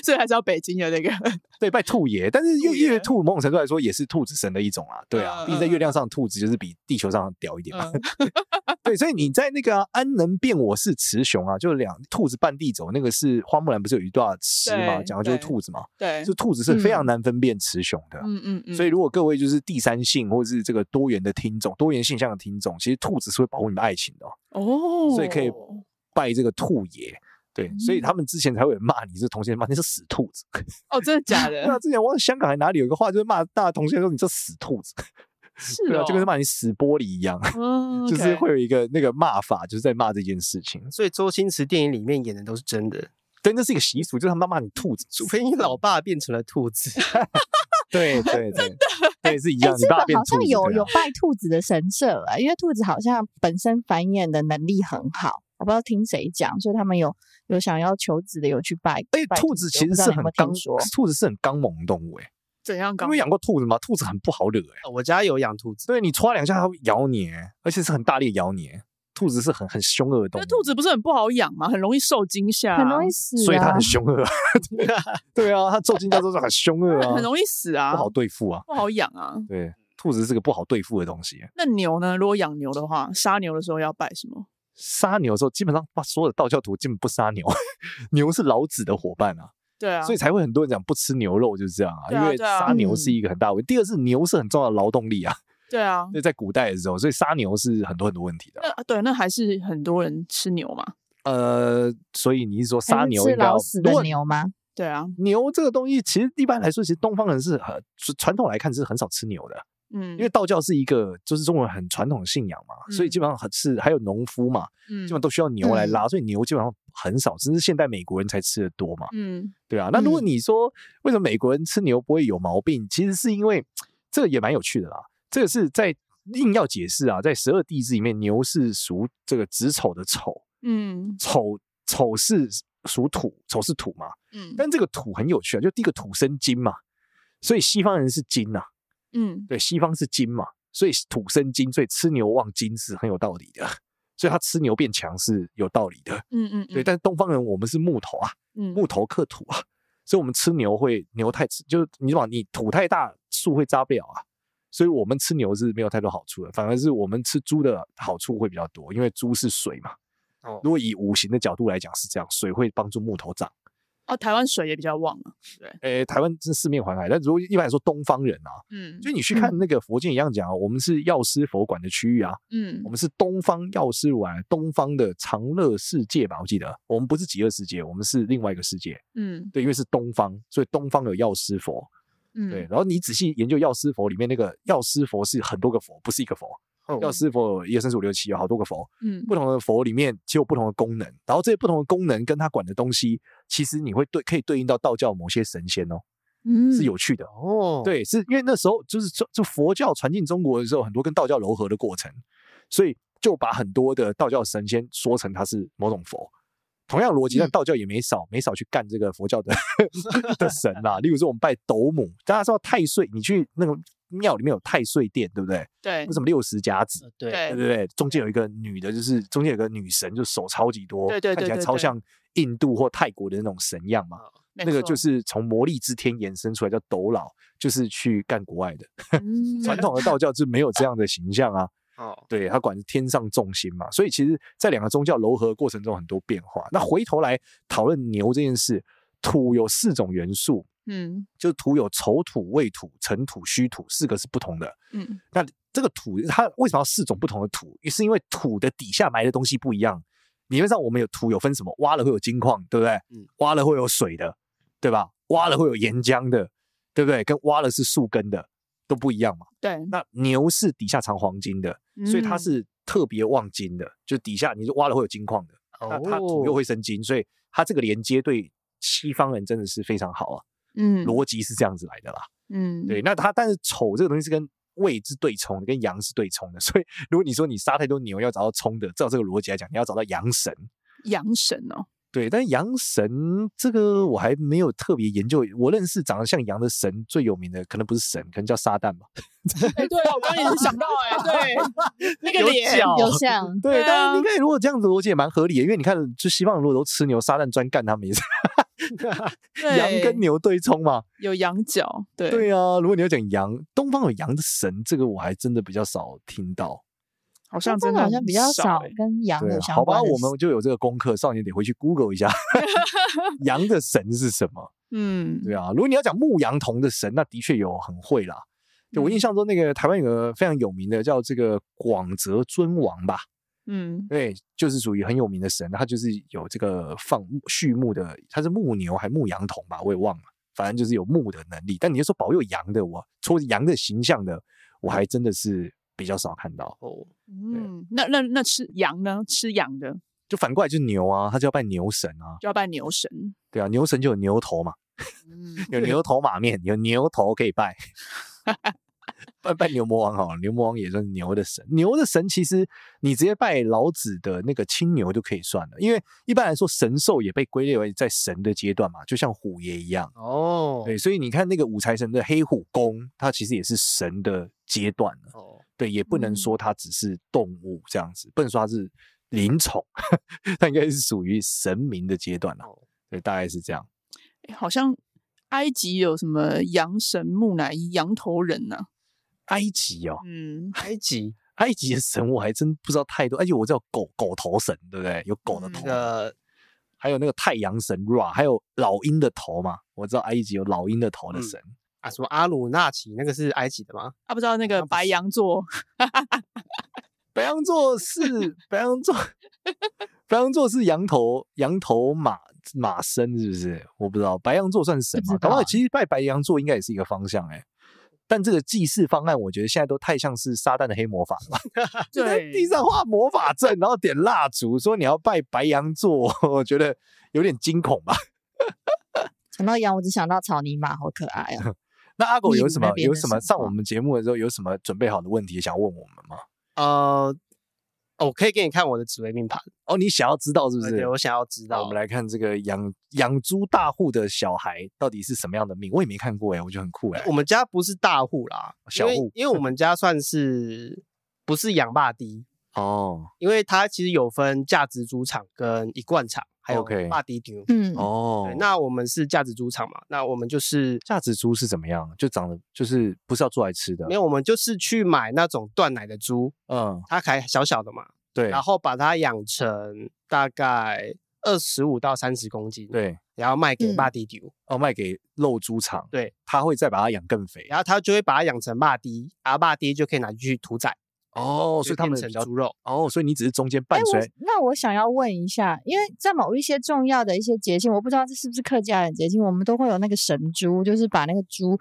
[SPEAKER 1] 所以还是要北京的 那个。
[SPEAKER 3] 对，拜兔爷，但是月
[SPEAKER 1] 兔爷
[SPEAKER 3] 月兔某种程度来说也是兔子神的一种啊，对啊，
[SPEAKER 1] 嗯
[SPEAKER 3] 毕竟在月亮上兔子就是比地球上屌一点嘛。
[SPEAKER 1] 嗯
[SPEAKER 3] 对，所以你在那个啊、安能辨我是雌雄啊，就两兔子伴地走，那个是花木兰不是有一段诗嘛，
[SPEAKER 1] 对
[SPEAKER 3] 讲的就是
[SPEAKER 1] 对
[SPEAKER 3] 兔子嘛，
[SPEAKER 1] 对，
[SPEAKER 3] 就兔子是非常难分辨雌雄的。
[SPEAKER 1] 嗯嗯嗯，
[SPEAKER 3] 所以，如果各位就是第三性或是这个多元的听众、多元性向的听众，其实兔子是会保护你们爱情的、哦，
[SPEAKER 1] 哦，
[SPEAKER 3] 所以可以拜这个兔爷。对，所以他们之前才会有人骂你是同性恋，骂你是死兔子。
[SPEAKER 1] 哦，真的假
[SPEAKER 3] 对啊，
[SPEAKER 1] 的？
[SPEAKER 3] 之前我忘了香港还哪里有一个话，就是骂大同学说你这死兔子，
[SPEAKER 1] 是
[SPEAKER 3] 对啊，
[SPEAKER 1] 哦，
[SPEAKER 3] 就跟骂你死玻璃一样，
[SPEAKER 1] 嗯，
[SPEAKER 3] 就是会
[SPEAKER 1] OK
[SPEAKER 3] 有一个那个骂法，就是在骂这件事情。
[SPEAKER 5] 所以周星驰电影里面演的都是真的，
[SPEAKER 3] 对，那是一个习俗，就是他们骂你兔子，
[SPEAKER 5] 除非你 老爸变成了兔子。
[SPEAKER 3] 对对对，对是一
[SPEAKER 4] 哎，
[SPEAKER 3] 样，你
[SPEAKER 4] 日
[SPEAKER 3] 爸
[SPEAKER 4] 本
[SPEAKER 3] 变
[SPEAKER 4] 好
[SPEAKER 3] 兔
[SPEAKER 4] 像
[SPEAKER 3] 子，
[SPEAKER 4] 有
[SPEAKER 3] 对啊
[SPEAKER 4] 有拜兔子的神社啊，因为兔子好像本身繁衍的能力很好，我不知道听谁讲，所以他们有有想要求子的有去拜。
[SPEAKER 3] 而且
[SPEAKER 4] 拜
[SPEAKER 3] 哎兔子
[SPEAKER 4] 我
[SPEAKER 3] 其
[SPEAKER 4] 不
[SPEAKER 3] 实
[SPEAKER 4] 知道
[SPEAKER 3] 是
[SPEAKER 4] 你有
[SPEAKER 3] 很
[SPEAKER 4] 没有
[SPEAKER 3] 刚
[SPEAKER 4] 听说，
[SPEAKER 3] 兔子是很刚猛的动物哎、欸，
[SPEAKER 1] 怎样
[SPEAKER 3] 你
[SPEAKER 1] 搞
[SPEAKER 3] 们？养过兔子吗？兔子很不好惹哎、欸，
[SPEAKER 5] 我家有养兔子，
[SPEAKER 3] 所以你戳两下它会咬你、欸，而且是很大力的咬你、欸。兔子是很很凶恶的动
[SPEAKER 1] 那
[SPEAKER 3] 物，
[SPEAKER 1] 兔子不是很不好养吗？很容易受惊吓啊，
[SPEAKER 4] 很容易死、啊，
[SPEAKER 3] 所以它很凶 恶啊，对啊，它受惊叫都是很凶恶啊，
[SPEAKER 1] 很容易死啊，
[SPEAKER 3] 不
[SPEAKER 4] 哦
[SPEAKER 3] 好对付啊。
[SPEAKER 1] 不好养啊。
[SPEAKER 3] 对，兔子是个不好对付的东西。
[SPEAKER 1] 那牛呢？如果养牛的话，杀牛的时候要拜什么？
[SPEAKER 3] 杀牛的时候，基本上把所有的道教徒基本不杀牛， 牛是老子的伙伴啊，
[SPEAKER 1] 对啊，
[SPEAKER 3] 所以才会很多人讲不吃牛肉就是这样啊，
[SPEAKER 1] 对
[SPEAKER 3] 因
[SPEAKER 1] 啊
[SPEAKER 3] 为
[SPEAKER 1] 对啊
[SPEAKER 3] 杀牛
[SPEAKER 4] 嗯
[SPEAKER 3] 是一个很大的问题。第二是牛是很重要的劳动力啊，
[SPEAKER 1] 对啊，
[SPEAKER 3] 所以在古代的时候，所以杀牛是很多很多问题的啊。
[SPEAKER 1] 那对，那还是很多人吃牛嘛。
[SPEAKER 3] 呃，所以你是说
[SPEAKER 4] 还
[SPEAKER 3] 杀
[SPEAKER 4] 是
[SPEAKER 3] 牛
[SPEAKER 4] 吃
[SPEAKER 3] 应该要
[SPEAKER 4] 老死的
[SPEAKER 3] 如果
[SPEAKER 4] 牛吗？
[SPEAKER 1] 对啊，
[SPEAKER 3] 牛这个东西，其实一般来说，其实东方人是很传统来看是很少吃牛的，
[SPEAKER 1] 嗯，
[SPEAKER 3] 因为道教是一个就是中国人很传统的信仰嘛，所以
[SPEAKER 4] 嗯
[SPEAKER 3] 基本上很是还有农夫嘛，
[SPEAKER 1] 嗯
[SPEAKER 3] 基本上都需要牛来拉，所以牛基本上很少，甚至现代美国人才吃的多嘛，
[SPEAKER 1] 嗯
[SPEAKER 3] 对啊。那如果你说为什么美国人吃牛不会有毛病，其实是因为这个也蛮有趣的啦，这个是在硬要解释啊，在十二地支里面，牛是属这个子丑的丑，
[SPEAKER 1] 嗯
[SPEAKER 3] 丑丑是属土，丑是土嘛，
[SPEAKER 1] 嗯
[SPEAKER 3] 但这个土很有趣啊，就第一个土生金嘛，所以西方人是金呐、
[SPEAKER 1] 嗯，
[SPEAKER 3] 对，西方是金嘛，所以土生金，所以吃牛旺金是很有道理的。所以他吃牛变强是有道理的，
[SPEAKER 1] 嗯嗯，
[SPEAKER 3] 对。但是东方人我们是木头啊，
[SPEAKER 1] 嗯
[SPEAKER 3] 木头克土啊， 所以我们吃牛会牛太吃，就是你往你土太大，树会扎不了啊。所以我们吃牛是没有太多好处的，反而是我们吃猪的好处会比较多，因为猪是水嘛。
[SPEAKER 5] 哦
[SPEAKER 3] 如果以五行的角度来讲是这样，水会帮助木头长。
[SPEAKER 1] 哦，台湾水也比较旺啊。
[SPEAKER 3] 诶，台湾是四面环海，但如果一般来说东方人啊，
[SPEAKER 1] 嗯
[SPEAKER 3] 就你去看那个佛经一样讲啊，我们是药师佛馆的区域啊，
[SPEAKER 1] 嗯
[SPEAKER 3] 我们是东方药师丸，东方的长乐世界吧，我记得我们不是极乐世界，我们是另外一个世界。
[SPEAKER 1] 嗯
[SPEAKER 3] 对，因为是东方，所以东方有药师佛。
[SPEAKER 1] 嗯，
[SPEAKER 3] 对，然后你仔细研究药师佛里面那个药师佛是很多个佛，不是一个佛。药师佛有一二三四五六七，有好多个佛，
[SPEAKER 1] 嗯
[SPEAKER 3] 不同的佛里面就有不同的功能，然后这些不同的功能跟它管的东西，其实你会对可以对应到道教某些神仙哦，
[SPEAKER 1] 嗯
[SPEAKER 3] 是有趣的。
[SPEAKER 5] 哦，
[SPEAKER 3] 对，是因为那时候就是就就佛教传进中国的时候，很多跟道教糅合的过程，所以就把很多的道教神仙说成他是某种佛。同样逻辑，但
[SPEAKER 1] 嗯
[SPEAKER 3] 道教也没少、没少去干这个佛教的 的神啦。例如说，我们拜斗母，大家知道太岁，你去那个庙里面有太岁殿，对不对？
[SPEAKER 1] 对
[SPEAKER 3] 为什么六十甲子？
[SPEAKER 5] 呃对，
[SPEAKER 3] 对
[SPEAKER 1] 对
[SPEAKER 3] 对对，中间有一个女的，就是中间有个女神，就手超级多，
[SPEAKER 1] 对对
[SPEAKER 3] 看
[SPEAKER 1] 对
[SPEAKER 3] 起来
[SPEAKER 1] 对
[SPEAKER 3] 超
[SPEAKER 1] 对
[SPEAKER 3] 像印度或泰国的那种神样嘛。
[SPEAKER 1] 没
[SPEAKER 3] 那个
[SPEAKER 1] 错
[SPEAKER 3] 就是从魔力之天延伸出来叫斗老，就是去干国外的
[SPEAKER 1] 嗯
[SPEAKER 3] 传统的道教是没有这样的形象啊。
[SPEAKER 5] 哦，
[SPEAKER 3] 对，它管是天上众星嘛，所以其实，在两个宗教糅合过程中很多变化。那回头来讨论牛这件事，土有四种元素，
[SPEAKER 1] 嗯
[SPEAKER 3] 就是土有丑土、未土、尘土、虚土，四个是不同的。
[SPEAKER 1] 嗯
[SPEAKER 3] 那这个土它为什么要四种不同的土？也是因为土的底下埋的东西不一样，理论上我们有土有分什么，挖了会有金矿，对不对？
[SPEAKER 5] 嗯
[SPEAKER 3] 挖了会有水的，对吧？挖了会有岩浆的，对不对？跟挖了是树根的都不一样嘛。
[SPEAKER 1] 对，
[SPEAKER 3] 那牛是底下藏黄金的，所以它
[SPEAKER 1] 嗯
[SPEAKER 3] 是特别旺金的，就底下你是挖了会有金矿的，那它土又会生金，所以它这个连接对西方人真的是非常好啊，
[SPEAKER 1] 嗯
[SPEAKER 3] 逻辑是这样子来的啦。
[SPEAKER 1] 嗯
[SPEAKER 3] 对，那它但是丑这个东西是跟胃是对冲的，跟阳是对冲的， 所以如果你说你杀太多牛，要找到冲的，照这个逻辑来讲，你要找到阳神。
[SPEAKER 1] 阳神哦，
[SPEAKER 3] 对，但阳神这个我还没有特别研究。我认识长得像羊的神最有名的，可能不是神，可能叫撒旦吧。
[SPEAKER 1] 哎，对啊，我刚刚也是想到哎、 对，那个
[SPEAKER 5] 有
[SPEAKER 1] 脸
[SPEAKER 5] 脚
[SPEAKER 4] 有像
[SPEAKER 3] 对，
[SPEAKER 1] 对
[SPEAKER 3] 但
[SPEAKER 1] 啊
[SPEAKER 3] 是应该如果这样子逻辑也蛮合理的，因为你看，就西方人如果都吃牛，撒旦专干他们也是 羊
[SPEAKER 1] 对
[SPEAKER 3] 跟牛对冲嘛。
[SPEAKER 1] 有羊角，对，
[SPEAKER 3] 对啊，如果你要讲羊，东方有羊的神，这个我还真的比较少听到。
[SPEAKER 1] 好像
[SPEAKER 4] 真
[SPEAKER 1] 真
[SPEAKER 4] 的
[SPEAKER 1] 的
[SPEAKER 4] 好像比较
[SPEAKER 1] 很
[SPEAKER 4] 少啊
[SPEAKER 1] 欸
[SPEAKER 4] 跟羊
[SPEAKER 3] 对啊
[SPEAKER 4] 有，相
[SPEAKER 3] 好吧，
[SPEAKER 4] 关的
[SPEAKER 3] 我
[SPEAKER 4] 事
[SPEAKER 3] 们就有这个功课，少年得回去 Google 一 下羊的神是什么。
[SPEAKER 1] 嗯，
[SPEAKER 3] 对啊，如果你要讲牧羊童的神，那的确有很会啦。就我印
[SPEAKER 1] 嗯
[SPEAKER 3] 象中，那个台湾有个非常有名的叫这个广泽尊王吧，
[SPEAKER 1] 嗯
[SPEAKER 3] 对，就是属于很有名的神，他就是有这个放牧畜牧的，他是牧牛还牧羊童吧，我也忘了，反正就是有牧的能力。但你要说保佑羊的，我除了羊的形象的，我还真的是比较少看到。
[SPEAKER 5] 哦，
[SPEAKER 1] 嗯，那那那吃羊呢？吃羊的
[SPEAKER 3] 就反过来就是牛啊，他就要拜牛神啊，
[SPEAKER 1] 就要拜牛神，
[SPEAKER 3] 对啊，牛神就有牛头嘛，
[SPEAKER 1] 嗯，
[SPEAKER 3] 有牛头马面，有牛头可以拜。 拜拜牛魔王好了，牛魔王也算是牛的神。牛的神其实你直接拜老子的那个青牛就可以算了，因为一般来说神兽也被归类为在神的阶段嘛，就像虎爷一样。
[SPEAKER 5] 哦，
[SPEAKER 3] 对，所以你看那个五财神的黑虎公，它其实也是神的阶段了。
[SPEAKER 5] 哦，
[SPEAKER 3] 对，也不能
[SPEAKER 1] 嗯
[SPEAKER 3] 说它只是动物这样子，不能说它是灵宠， 它应该是属于神明的阶段了
[SPEAKER 5] 哦。
[SPEAKER 3] 对，大概是这样。
[SPEAKER 1] 诶好像埃及有什么羊神木乃伊、羊头人呢、
[SPEAKER 3] 埃及哦，
[SPEAKER 1] 嗯，
[SPEAKER 5] 埃及
[SPEAKER 3] 埃及的神我还真不知道太多，而且我知道狗狗头神，对不对？有狗的
[SPEAKER 1] 嗯
[SPEAKER 3] 头，
[SPEAKER 5] 那个
[SPEAKER 3] 还有那个太阳神 Ra，还有老鹰的头嘛。我知道埃及有老鹰的头的
[SPEAKER 5] 嗯
[SPEAKER 3] 神，
[SPEAKER 5] 啊什么阿鲁纳奇那个是埃及的吗？
[SPEAKER 1] 啊，不知道那个白羊座，
[SPEAKER 3] 白羊座是白羊座， 白羊座是羊头羊头马马身是不是？我不知道，白羊座算神
[SPEAKER 4] 不
[SPEAKER 3] 吗？
[SPEAKER 4] 知道
[SPEAKER 3] 搞不好
[SPEAKER 4] 啊
[SPEAKER 3] 其实拜白羊座应该也是一个方向哎、但这个祭祀方案，我觉得现在都太像是撒旦的黑魔法了。就在
[SPEAKER 1] 对
[SPEAKER 3] 地上画魔法阵，然后点蜡烛，说你要拜白羊座， 我觉得有点惊恐吧。
[SPEAKER 4] 讲到羊，我只想到草泥马，好可爱哦！
[SPEAKER 3] 那阿狗有
[SPEAKER 4] 秘鲁
[SPEAKER 3] 什
[SPEAKER 4] 那
[SPEAKER 3] 么
[SPEAKER 4] 边
[SPEAKER 3] 有
[SPEAKER 4] 的
[SPEAKER 3] 什么
[SPEAKER 4] 神
[SPEAKER 3] 上我
[SPEAKER 4] 话
[SPEAKER 3] 们节目的时候有什么准备好的问题想问我们吗？
[SPEAKER 5] 呃，哦我可以给你看我的紫微命盘，
[SPEAKER 3] 哦，你想要知道是不
[SPEAKER 5] 对
[SPEAKER 3] 是？
[SPEAKER 5] 对我想要知
[SPEAKER 3] 那
[SPEAKER 5] 道，
[SPEAKER 3] 我们来看这个养养猪大户的小孩到底是什么样的命，我也没看过哎、我觉得很酷哎、
[SPEAKER 5] 我们家不是大户啦，
[SPEAKER 3] 小
[SPEAKER 5] 因
[SPEAKER 3] 户
[SPEAKER 5] 为因为我们家算是不是养霸低，
[SPEAKER 3] 哦
[SPEAKER 5] 因为它其实有分价值猪场跟一贯场，还有
[SPEAKER 3] OK
[SPEAKER 5] 霸低牛。
[SPEAKER 4] 嗯，
[SPEAKER 3] 哦
[SPEAKER 5] 对，那我们是价值猪场嘛，那我们就是
[SPEAKER 3] 价值猪是怎么样？就长得就是不是要做来吃的？
[SPEAKER 5] 没有，我们就是去买那种断奶的猪，
[SPEAKER 3] 嗯，
[SPEAKER 5] 它还小小的嘛，
[SPEAKER 3] 对
[SPEAKER 5] 然后把它养成大概二十五到三十公斤，，
[SPEAKER 3] 对
[SPEAKER 5] 然后卖给
[SPEAKER 4] 嗯
[SPEAKER 5] 霸低牛，
[SPEAKER 3] 哦，卖给肉猪场，
[SPEAKER 5] 对，
[SPEAKER 3] 他会再把它养更肥
[SPEAKER 5] 然后它就会把它养成霸低，然后霸低就可以拿去屠宰，
[SPEAKER 3] 哦，所
[SPEAKER 5] 就
[SPEAKER 3] 以他
[SPEAKER 5] 变
[SPEAKER 3] 们
[SPEAKER 5] 成
[SPEAKER 3] 比较
[SPEAKER 5] 猪肉。
[SPEAKER 3] 哦，所以你只是中间
[SPEAKER 4] 哎，
[SPEAKER 3] 伴
[SPEAKER 4] 我
[SPEAKER 3] 随
[SPEAKER 4] 那我想要问一下，因为在某一些重要的一些节庆，我不知道这是不是客家人节庆，我们都会有那个神猪，就是把那个猪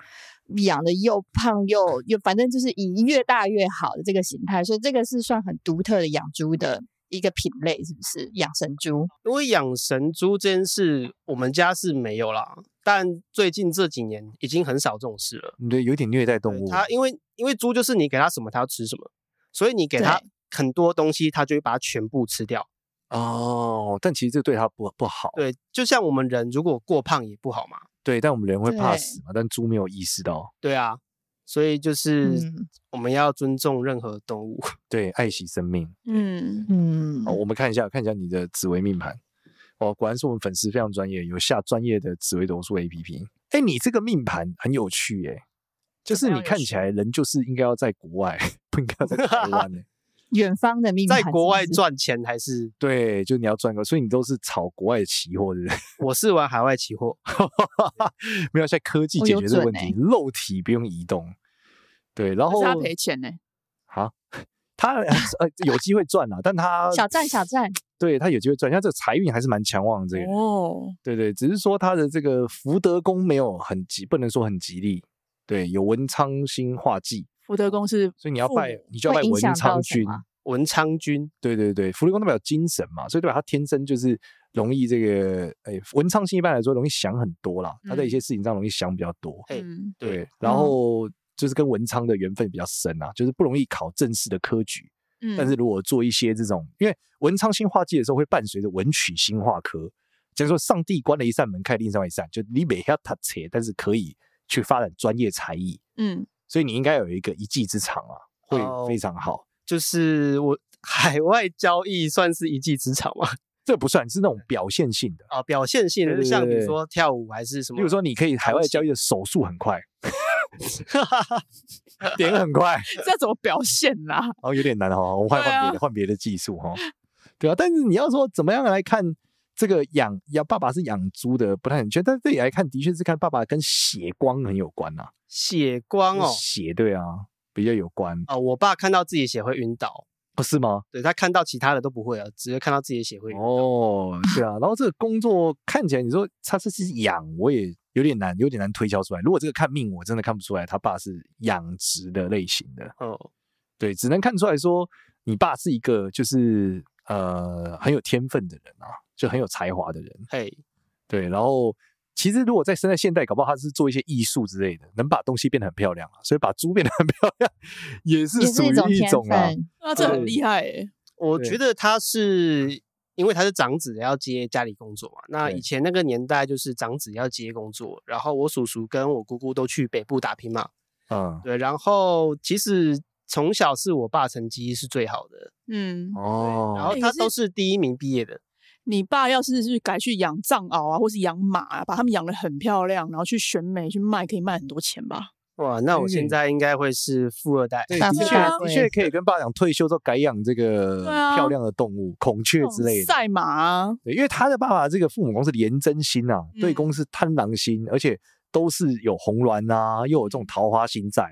[SPEAKER 4] 养的又胖又又，反正就是以越大越好的这个形态，所以这个是算很独特的养猪的一个品类，是不是？养神猪，
[SPEAKER 5] 因为养神猪这件事，我们家是没有啦，但最近这几年已经很少重视了。
[SPEAKER 3] 你对有点虐待动
[SPEAKER 5] 对
[SPEAKER 3] 物，
[SPEAKER 5] 它因为因为猪就是你给它什么，它要吃什么，所以你给它很多东西，它就会把它全部吃掉。
[SPEAKER 3] 哦，但其实这对它不不好，
[SPEAKER 5] 对，就像我们人如果过胖也不好嘛，
[SPEAKER 3] 对，但我们人会怕
[SPEAKER 4] 对
[SPEAKER 3] 死嘛，但猪没有意识到，
[SPEAKER 5] 对啊，所以就是
[SPEAKER 4] 嗯
[SPEAKER 5] 我们要尊重任何动 物。
[SPEAKER 3] 对，爱惜生命。
[SPEAKER 1] 嗯，
[SPEAKER 4] 嗯
[SPEAKER 3] 好，，我们看一下，看一下你的紫微命盘。哦，果然是我们粉丝非常专业，有下专业的紫微斗数 APP。哎，你这个命盘很有趣耶，就
[SPEAKER 1] 怎
[SPEAKER 3] 是
[SPEAKER 1] 么
[SPEAKER 3] 你
[SPEAKER 1] 样有
[SPEAKER 3] 看起
[SPEAKER 1] 趣
[SPEAKER 3] 来人就是应该要在国外， 不应该要在台湾耶
[SPEAKER 4] 远方的命
[SPEAKER 5] 在
[SPEAKER 4] 盘是
[SPEAKER 5] 国
[SPEAKER 4] 不
[SPEAKER 5] 外
[SPEAKER 4] 是
[SPEAKER 5] 赚钱还是
[SPEAKER 3] 对，就你要赚个，所以你都是炒国外的期货，对不对？
[SPEAKER 5] 我是玩海外期货，
[SPEAKER 3] 没有，现在科技
[SPEAKER 4] 哦
[SPEAKER 3] 解
[SPEAKER 4] 有
[SPEAKER 3] 决这个
[SPEAKER 4] 准
[SPEAKER 3] 问题，
[SPEAKER 4] 欸
[SPEAKER 3] 肉体不用移动。对，然
[SPEAKER 1] 可
[SPEAKER 3] 后
[SPEAKER 1] 是他赔钱呢、
[SPEAKER 3] 啊，他呃有机会赚啦，但他
[SPEAKER 4] 小赚小赚，
[SPEAKER 3] 对他有机会赚。像这个财运还是蛮强旺的，这个人
[SPEAKER 1] 哦，
[SPEAKER 3] 对对，只是说他的这个福德宫没有很吉，不能说很吉利。对，有文昌星化忌，
[SPEAKER 1] 福德宫是
[SPEAKER 3] 所以你要
[SPEAKER 1] 父
[SPEAKER 3] 拜，你就要
[SPEAKER 4] 会
[SPEAKER 3] 拜
[SPEAKER 4] 影
[SPEAKER 3] 文
[SPEAKER 4] 响
[SPEAKER 3] 昌
[SPEAKER 4] 到什
[SPEAKER 3] 君。
[SPEAKER 4] 么
[SPEAKER 5] 文昌君
[SPEAKER 3] 对对对，福德宫代表精神嘛，所以代表他天生就是容易这个，哎，文昌星一般来说容易想很多啦，他在
[SPEAKER 4] 嗯
[SPEAKER 3] 一些事情上容易想比较多。
[SPEAKER 5] 哎
[SPEAKER 1] 嗯
[SPEAKER 3] 对，然后就是跟文昌的缘分比较深啊，就是不容易考正式的科举。
[SPEAKER 1] 嗯，
[SPEAKER 3] 但是如果做一些这种，因为文昌星化忌的时候会伴随着文曲星化科，假如说上帝关了一扇门，开另外一扇，就你每要他切，但是可以去发展专业才艺，
[SPEAKER 1] 嗯
[SPEAKER 3] 所以你应该有一个一技之长啊，会
[SPEAKER 5] 哦
[SPEAKER 3] 非常好。
[SPEAKER 5] 就是我 海外交易算是一技之长 嘛，
[SPEAKER 3] 这不算是那种表现性的，
[SPEAKER 5] 啊，表现性
[SPEAKER 3] 对
[SPEAKER 5] 的，
[SPEAKER 3] 对
[SPEAKER 5] 像比
[SPEAKER 3] 对
[SPEAKER 5] 如说跳舞还是什么，
[SPEAKER 3] 比如说你可以海外交易的手速很快，点很快，
[SPEAKER 1] 这怎么表现啦？
[SPEAKER 3] 哦，有点难哦，我换
[SPEAKER 1] 对
[SPEAKER 3] 换别
[SPEAKER 1] 啊
[SPEAKER 3] 的，换别的技术哈、哦。对啊，但是你要说怎么样来看这个养养爸爸是养猪的，不太很确，但这里来看的确是看爸爸跟血光很有关呐、
[SPEAKER 5] 血光
[SPEAKER 3] 跟
[SPEAKER 5] 哦，
[SPEAKER 3] 血对啊比较有关，
[SPEAKER 5] 啊，我爸看到自己的血会晕倒，
[SPEAKER 3] 不是吗？
[SPEAKER 5] 对他看到其他的都不会啊，只会看到自己的血会晕倒。
[SPEAKER 3] 哦，对啊，然后这个工作看起来你说他是是养，我也有点难，有点难推敲出来。如果这个看命，我真的看不出来他爸是养殖的类型的。
[SPEAKER 5] 哦，
[SPEAKER 3] 对，只能看出来说，你爸是一个就是呃很有天分的人啊，就很有才华的人。
[SPEAKER 5] 嘿，
[SPEAKER 3] 对，然后其实如果再生在现代，搞不好他是做一些艺术之类的，能把东西变得很漂亮啊，所以把猪变得很漂亮，也是
[SPEAKER 4] 也
[SPEAKER 3] 属
[SPEAKER 4] 是一种
[SPEAKER 3] 于一
[SPEAKER 4] 天
[SPEAKER 3] 种啊。
[SPEAKER 4] 分。
[SPEAKER 1] 那这
[SPEAKER 3] 对
[SPEAKER 1] 很厉害诶。
[SPEAKER 5] 我
[SPEAKER 3] 对
[SPEAKER 5] 觉得他是因为他是长子，要接家里工作嘛。那
[SPEAKER 3] 对
[SPEAKER 5] 以前那个年代就是长子要接工作，然后我叔叔跟我姑姑都去北部打拼嘛。
[SPEAKER 3] 嗯，
[SPEAKER 5] 对，然后其实从小是我爸成绩是最好的，
[SPEAKER 1] 嗯，
[SPEAKER 3] 哦，
[SPEAKER 5] 然后
[SPEAKER 1] 你
[SPEAKER 5] 他
[SPEAKER 1] 是
[SPEAKER 5] 都是第一名毕业的。
[SPEAKER 1] 你爸要是去改去养藏獒啊，或是养马啊，把它们养得很漂亮，然后去选美去卖，可以卖很多钱吧？
[SPEAKER 5] 哇，那我现
[SPEAKER 3] 嗯
[SPEAKER 5] 在应该会是富二代。
[SPEAKER 3] 对
[SPEAKER 4] 大
[SPEAKER 3] 的
[SPEAKER 4] 富
[SPEAKER 3] 确
[SPEAKER 4] 大
[SPEAKER 3] 的
[SPEAKER 4] 贵
[SPEAKER 3] 确可以跟爸讲，退休之后改养这个
[SPEAKER 1] 对啊
[SPEAKER 3] 漂亮的动物，孔雀之类
[SPEAKER 1] 那种
[SPEAKER 3] 的。
[SPEAKER 1] 赛马啊，
[SPEAKER 3] 对，因为他的爸爸这个父母宫是廉贞星啊，对
[SPEAKER 1] 嗯
[SPEAKER 3] 宫是贪狼星，而且都是有红鸾啊，又有这种桃花星在，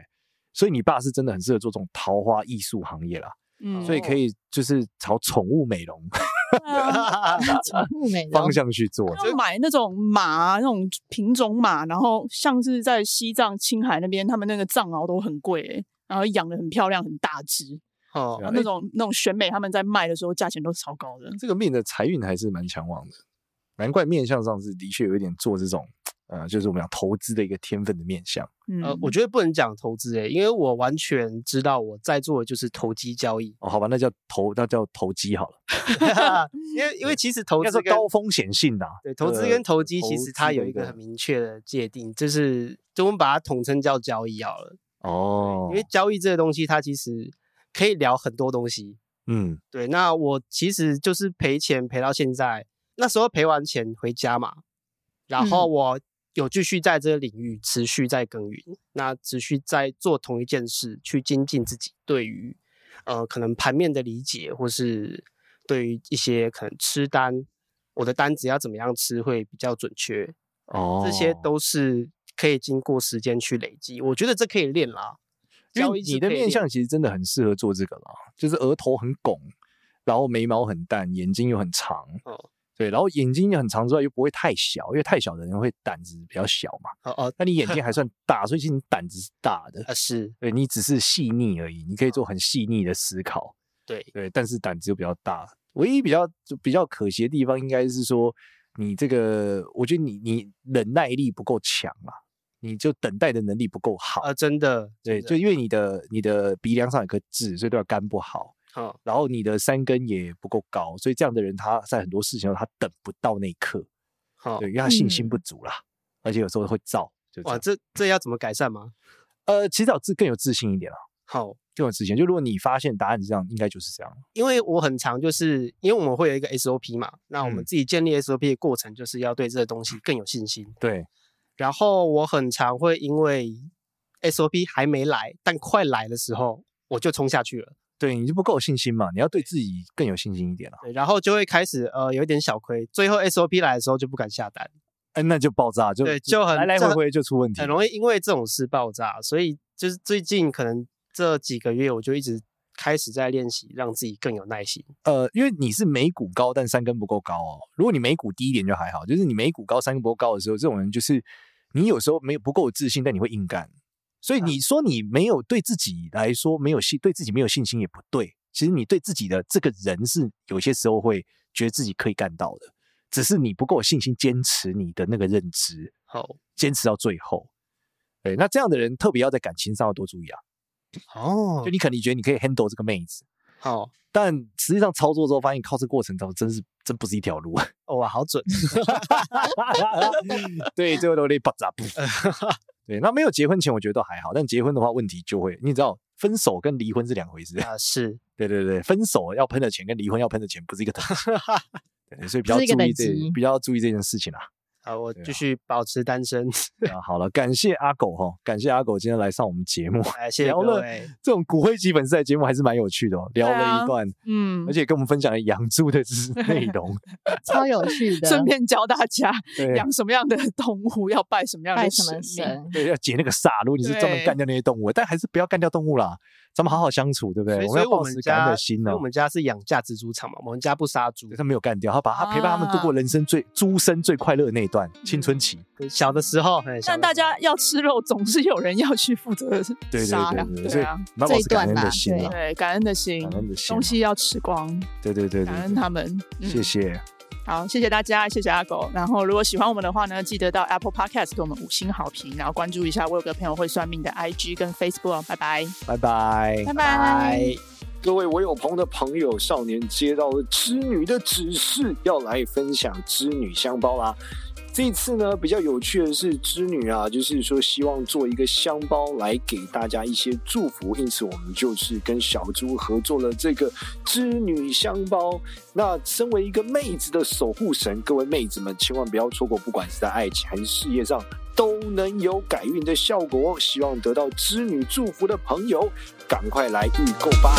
[SPEAKER 3] 所以你爸是真的很适合做这种桃花艺术行业啦，
[SPEAKER 1] 嗯，
[SPEAKER 3] 所以可以就是朝宠物美容
[SPEAKER 1] 对啊
[SPEAKER 4] 嗯宠物美 容
[SPEAKER 3] 方向去做。
[SPEAKER 1] 要买那种马，啊那种品种马，然后像是在西藏、青海那边，他们那个藏獒都很贵、欸，然后养的很漂亮，很大只，
[SPEAKER 5] 哦
[SPEAKER 3] 对
[SPEAKER 1] 然
[SPEAKER 3] 啊
[SPEAKER 1] 后那种那种选美他们在卖的时候，价钱都超高的。
[SPEAKER 3] 这个命的财运还是蛮强旺的，难怪面相上是的确有一点做这种呃，就是我们讲投资的一个天分的面相。，
[SPEAKER 1] 嗯，
[SPEAKER 5] 呃，我觉得不能讲投资诶、欸因为我完全知道我在做的就是投机交易
[SPEAKER 3] 哦，好吧，那叫投，那叫投机好了，
[SPEAKER 5] 因为因为其实投
[SPEAKER 3] 应该
[SPEAKER 5] 资
[SPEAKER 3] 说
[SPEAKER 5] 跟
[SPEAKER 3] 高风险性的、啊。
[SPEAKER 5] 对，投资
[SPEAKER 3] 呃
[SPEAKER 5] 跟投机其
[SPEAKER 3] 投
[SPEAKER 5] 实它
[SPEAKER 3] 资
[SPEAKER 5] 有
[SPEAKER 3] 的
[SPEAKER 5] 一个很明确的界定，就是就我们把它统称叫交易好了。
[SPEAKER 3] 哦，
[SPEAKER 5] 因为交易这个东西，它其实可以聊很多东西。
[SPEAKER 3] 嗯，
[SPEAKER 5] 对，那我其实就是赔钱赔到现在，那时候赔完钱回家嘛，然后
[SPEAKER 1] 嗯
[SPEAKER 5] 我有继续在这个领域持续在耕耘，那持续在做同一件事，去精进自己对于呃可能盘面的理解，或是对于一些可能吃单，我的单子要怎么样吃会比较准确，
[SPEAKER 3] 哦，
[SPEAKER 5] 这些都是可以经过时间去累积，我觉得这可以练啦。
[SPEAKER 3] 因
[SPEAKER 5] 交
[SPEAKER 3] 为
[SPEAKER 5] 易是
[SPEAKER 3] 你的
[SPEAKER 5] 可以
[SPEAKER 3] 面
[SPEAKER 5] 练
[SPEAKER 3] 相其实真的很适合做这个啦，就是额头很拱，然后眉毛很淡，眼睛又很长，
[SPEAKER 5] 哦
[SPEAKER 3] 对，然后眼睛又很长之外又不会太小，因为太小的人会胆子比较小嘛。
[SPEAKER 5] 哦哦，
[SPEAKER 3] 那你眼睛还算大，所以其实你胆子是大的
[SPEAKER 5] 啊，是嗯
[SPEAKER 3] 对你只是细腻而已，你可以做很细腻的思考，
[SPEAKER 5] 对，
[SPEAKER 3] 对，但是胆子又比较大。唯一比较就比较可惜的地方，应该是说你这个，我觉得你你忍耐力不够强啦，你就等待的能力不够好。
[SPEAKER 5] 啊，真的，
[SPEAKER 3] 对，就
[SPEAKER 5] 真的
[SPEAKER 3] 因为你的你的鼻梁上有颗痣，所以对吧肝不好，
[SPEAKER 5] 哦
[SPEAKER 3] 然后你的三根也不够高，所以这样的人他在很多事情上他等不到那一刻，
[SPEAKER 5] 哦
[SPEAKER 3] 对，因为他信心不足啦，而且有时候会燥，就这
[SPEAKER 5] 哇，
[SPEAKER 3] 样。
[SPEAKER 5] 这这要怎么改善吗？
[SPEAKER 3] 呃，其实要自更有自信一点啦，
[SPEAKER 5] 好，
[SPEAKER 3] 更有自信。就如果你发现答案是这样，应该就是这样。
[SPEAKER 5] 因为我很常就是因为我们会有一个 SOP 嘛，那我
[SPEAKER 3] 嗯
[SPEAKER 5] 们自己建立 SOP 的过程就是要对这个东西更有信心。
[SPEAKER 3] 对，
[SPEAKER 5] 然后我很常会因为 SOP 还没来，但快来的时候我就冲下去了，
[SPEAKER 3] 对，你就不够有信心嘛，你要对自己更有信心一点啦。
[SPEAKER 5] 对，然后就会开始呃有一点小亏，最后 SOP 来的时候就不敢下单，
[SPEAKER 3] 哎，那就爆炸，就
[SPEAKER 5] 对就很
[SPEAKER 3] 来来
[SPEAKER 5] 就
[SPEAKER 3] 回
[SPEAKER 5] 很
[SPEAKER 3] 回就出问题，
[SPEAKER 5] 很容易因为这种事爆炸。所以就是最近可能这几个月我就一直开始在练习，让自己更有耐心。
[SPEAKER 3] 呃，因为你是美股高，但三根不够高哦。如果你美股低一点就还好，就是你美股高三根不够高的时候，这种人就是你有时候没有不够有自信，但你会硬干。所以你说你没有对自己来说没有信，对自己没有信心也不对。其实你对自己的这个人是有些时候会觉得自己可以干到的，只是你不够有信心坚持你的那个认知，
[SPEAKER 5] 好，
[SPEAKER 3] 坚持到最后。对，那这样的人特别要在感情上要多注意啊。
[SPEAKER 5] 哦
[SPEAKER 3] 就你可能觉得你可以 handle 这个妹子，
[SPEAKER 5] 好，
[SPEAKER 3] 但实际上操作之后发现，靠这过程中真是真不是一条路。啊
[SPEAKER 5] 哦哇，好准，
[SPEAKER 3] 对，最后都得爆炸。对，那没有结婚前我觉得都还好，但结婚的话问题就会，你知道，分手跟离婚是两回事。
[SPEAKER 5] 啊，是
[SPEAKER 3] 对对对，分手要喷的钱跟离婚要喷的钱不是一个等级。对，所以比较
[SPEAKER 4] 不是一个
[SPEAKER 3] 注意
[SPEAKER 4] 等
[SPEAKER 3] 这
[SPEAKER 4] 级，
[SPEAKER 3] 比较注意这件事情啊。
[SPEAKER 5] 啊，我继
[SPEAKER 3] 啊
[SPEAKER 5] 续保持单身。
[SPEAKER 3] 啊，好了，感谢阿狗哈，感谢阿狗今天来上我们节目，
[SPEAKER 5] 哎，谢谢
[SPEAKER 3] 聊
[SPEAKER 5] 各
[SPEAKER 3] 了
[SPEAKER 5] 位。
[SPEAKER 3] 这种骨灰级粉丝的节目还是蛮有趣的哦，聊
[SPEAKER 1] 对
[SPEAKER 3] 了
[SPEAKER 1] 啊
[SPEAKER 3] 一段，
[SPEAKER 1] 嗯
[SPEAKER 3] 而，且跟我们分享了养猪的知 识内容。
[SPEAKER 4] 超有趣的，
[SPEAKER 1] 顺便教大家
[SPEAKER 3] 对
[SPEAKER 1] 养什么样的动物，要拜什么样
[SPEAKER 4] 拜
[SPEAKER 1] 的
[SPEAKER 4] 什么
[SPEAKER 1] 神明。
[SPEAKER 4] 神？
[SPEAKER 3] 对，要解那个煞。如果你是专门干掉那些动物，但还是不要干掉动物啦，咱们好好相处，对不
[SPEAKER 5] 所
[SPEAKER 3] 对？
[SPEAKER 5] 以，
[SPEAKER 3] 我
[SPEAKER 5] 所
[SPEAKER 3] 们
[SPEAKER 5] 以
[SPEAKER 3] 要
[SPEAKER 5] 我
[SPEAKER 3] 保
[SPEAKER 5] 们
[SPEAKER 3] 持感恩
[SPEAKER 5] 家，
[SPEAKER 3] 的心
[SPEAKER 5] 因为
[SPEAKER 3] 哦
[SPEAKER 5] 我。们家是养架蜘蛛场嘛，我们家不杀猪
[SPEAKER 3] 对。他没有干掉，他把他陪伴他们度过人生最猪生最快乐的那一段青春期。
[SPEAKER 5] 小的时候，哎小
[SPEAKER 1] 但
[SPEAKER 5] 的
[SPEAKER 1] 大
[SPEAKER 5] 时候
[SPEAKER 1] 家要吃肉，总是有人要去负责
[SPEAKER 3] 对对
[SPEAKER 1] 杀呀
[SPEAKER 3] 对，对，所
[SPEAKER 1] 对
[SPEAKER 3] 以
[SPEAKER 1] 啊，
[SPEAKER 3] 我们要保持感恩的心
[SPEAKER 4] 这一
[SPEAKER 3] 啊
[SPEAKER 4] 段啦。
[SPEAKER 1] 对，感恩的心
[SPEAKER 3] 感恩的，心啊
[SPEAKER 1] 东西要吃光，
[SPEAKER 3] 对对对对
[SPEAKER 1] 感恩他们。嗯
[SPEAKER 3] 谢谢。
[SPEAKER 1] 好，谢谢大家，谢谢阿狗。然后如果喜欢我们的话呢，记得到 Apple Podcast 给我们五星好评，然后关注一下我有个朋友会算命的 IG 跟 Facebook 哦。拜拜。
[SPEAKER 3] 拜拜。
[SPEAKER 4] 拜拜。
[SPEAKER 3] 各位我有朋的朋友，少年接到了织女的指示，要来分享织女香包啦。这一次呢，比较有趣的是织女啊，就是说希望做一个香包来给大家一些祝福，因此我们就是跟小猪合作了这个织女香包。那身为一个妹子的守护神，各位妹子们千万不要错过，不管是在爱情还是事业上，都能有改运的效果哦。希望得到织女祝福的朋友，赶快来预购吧！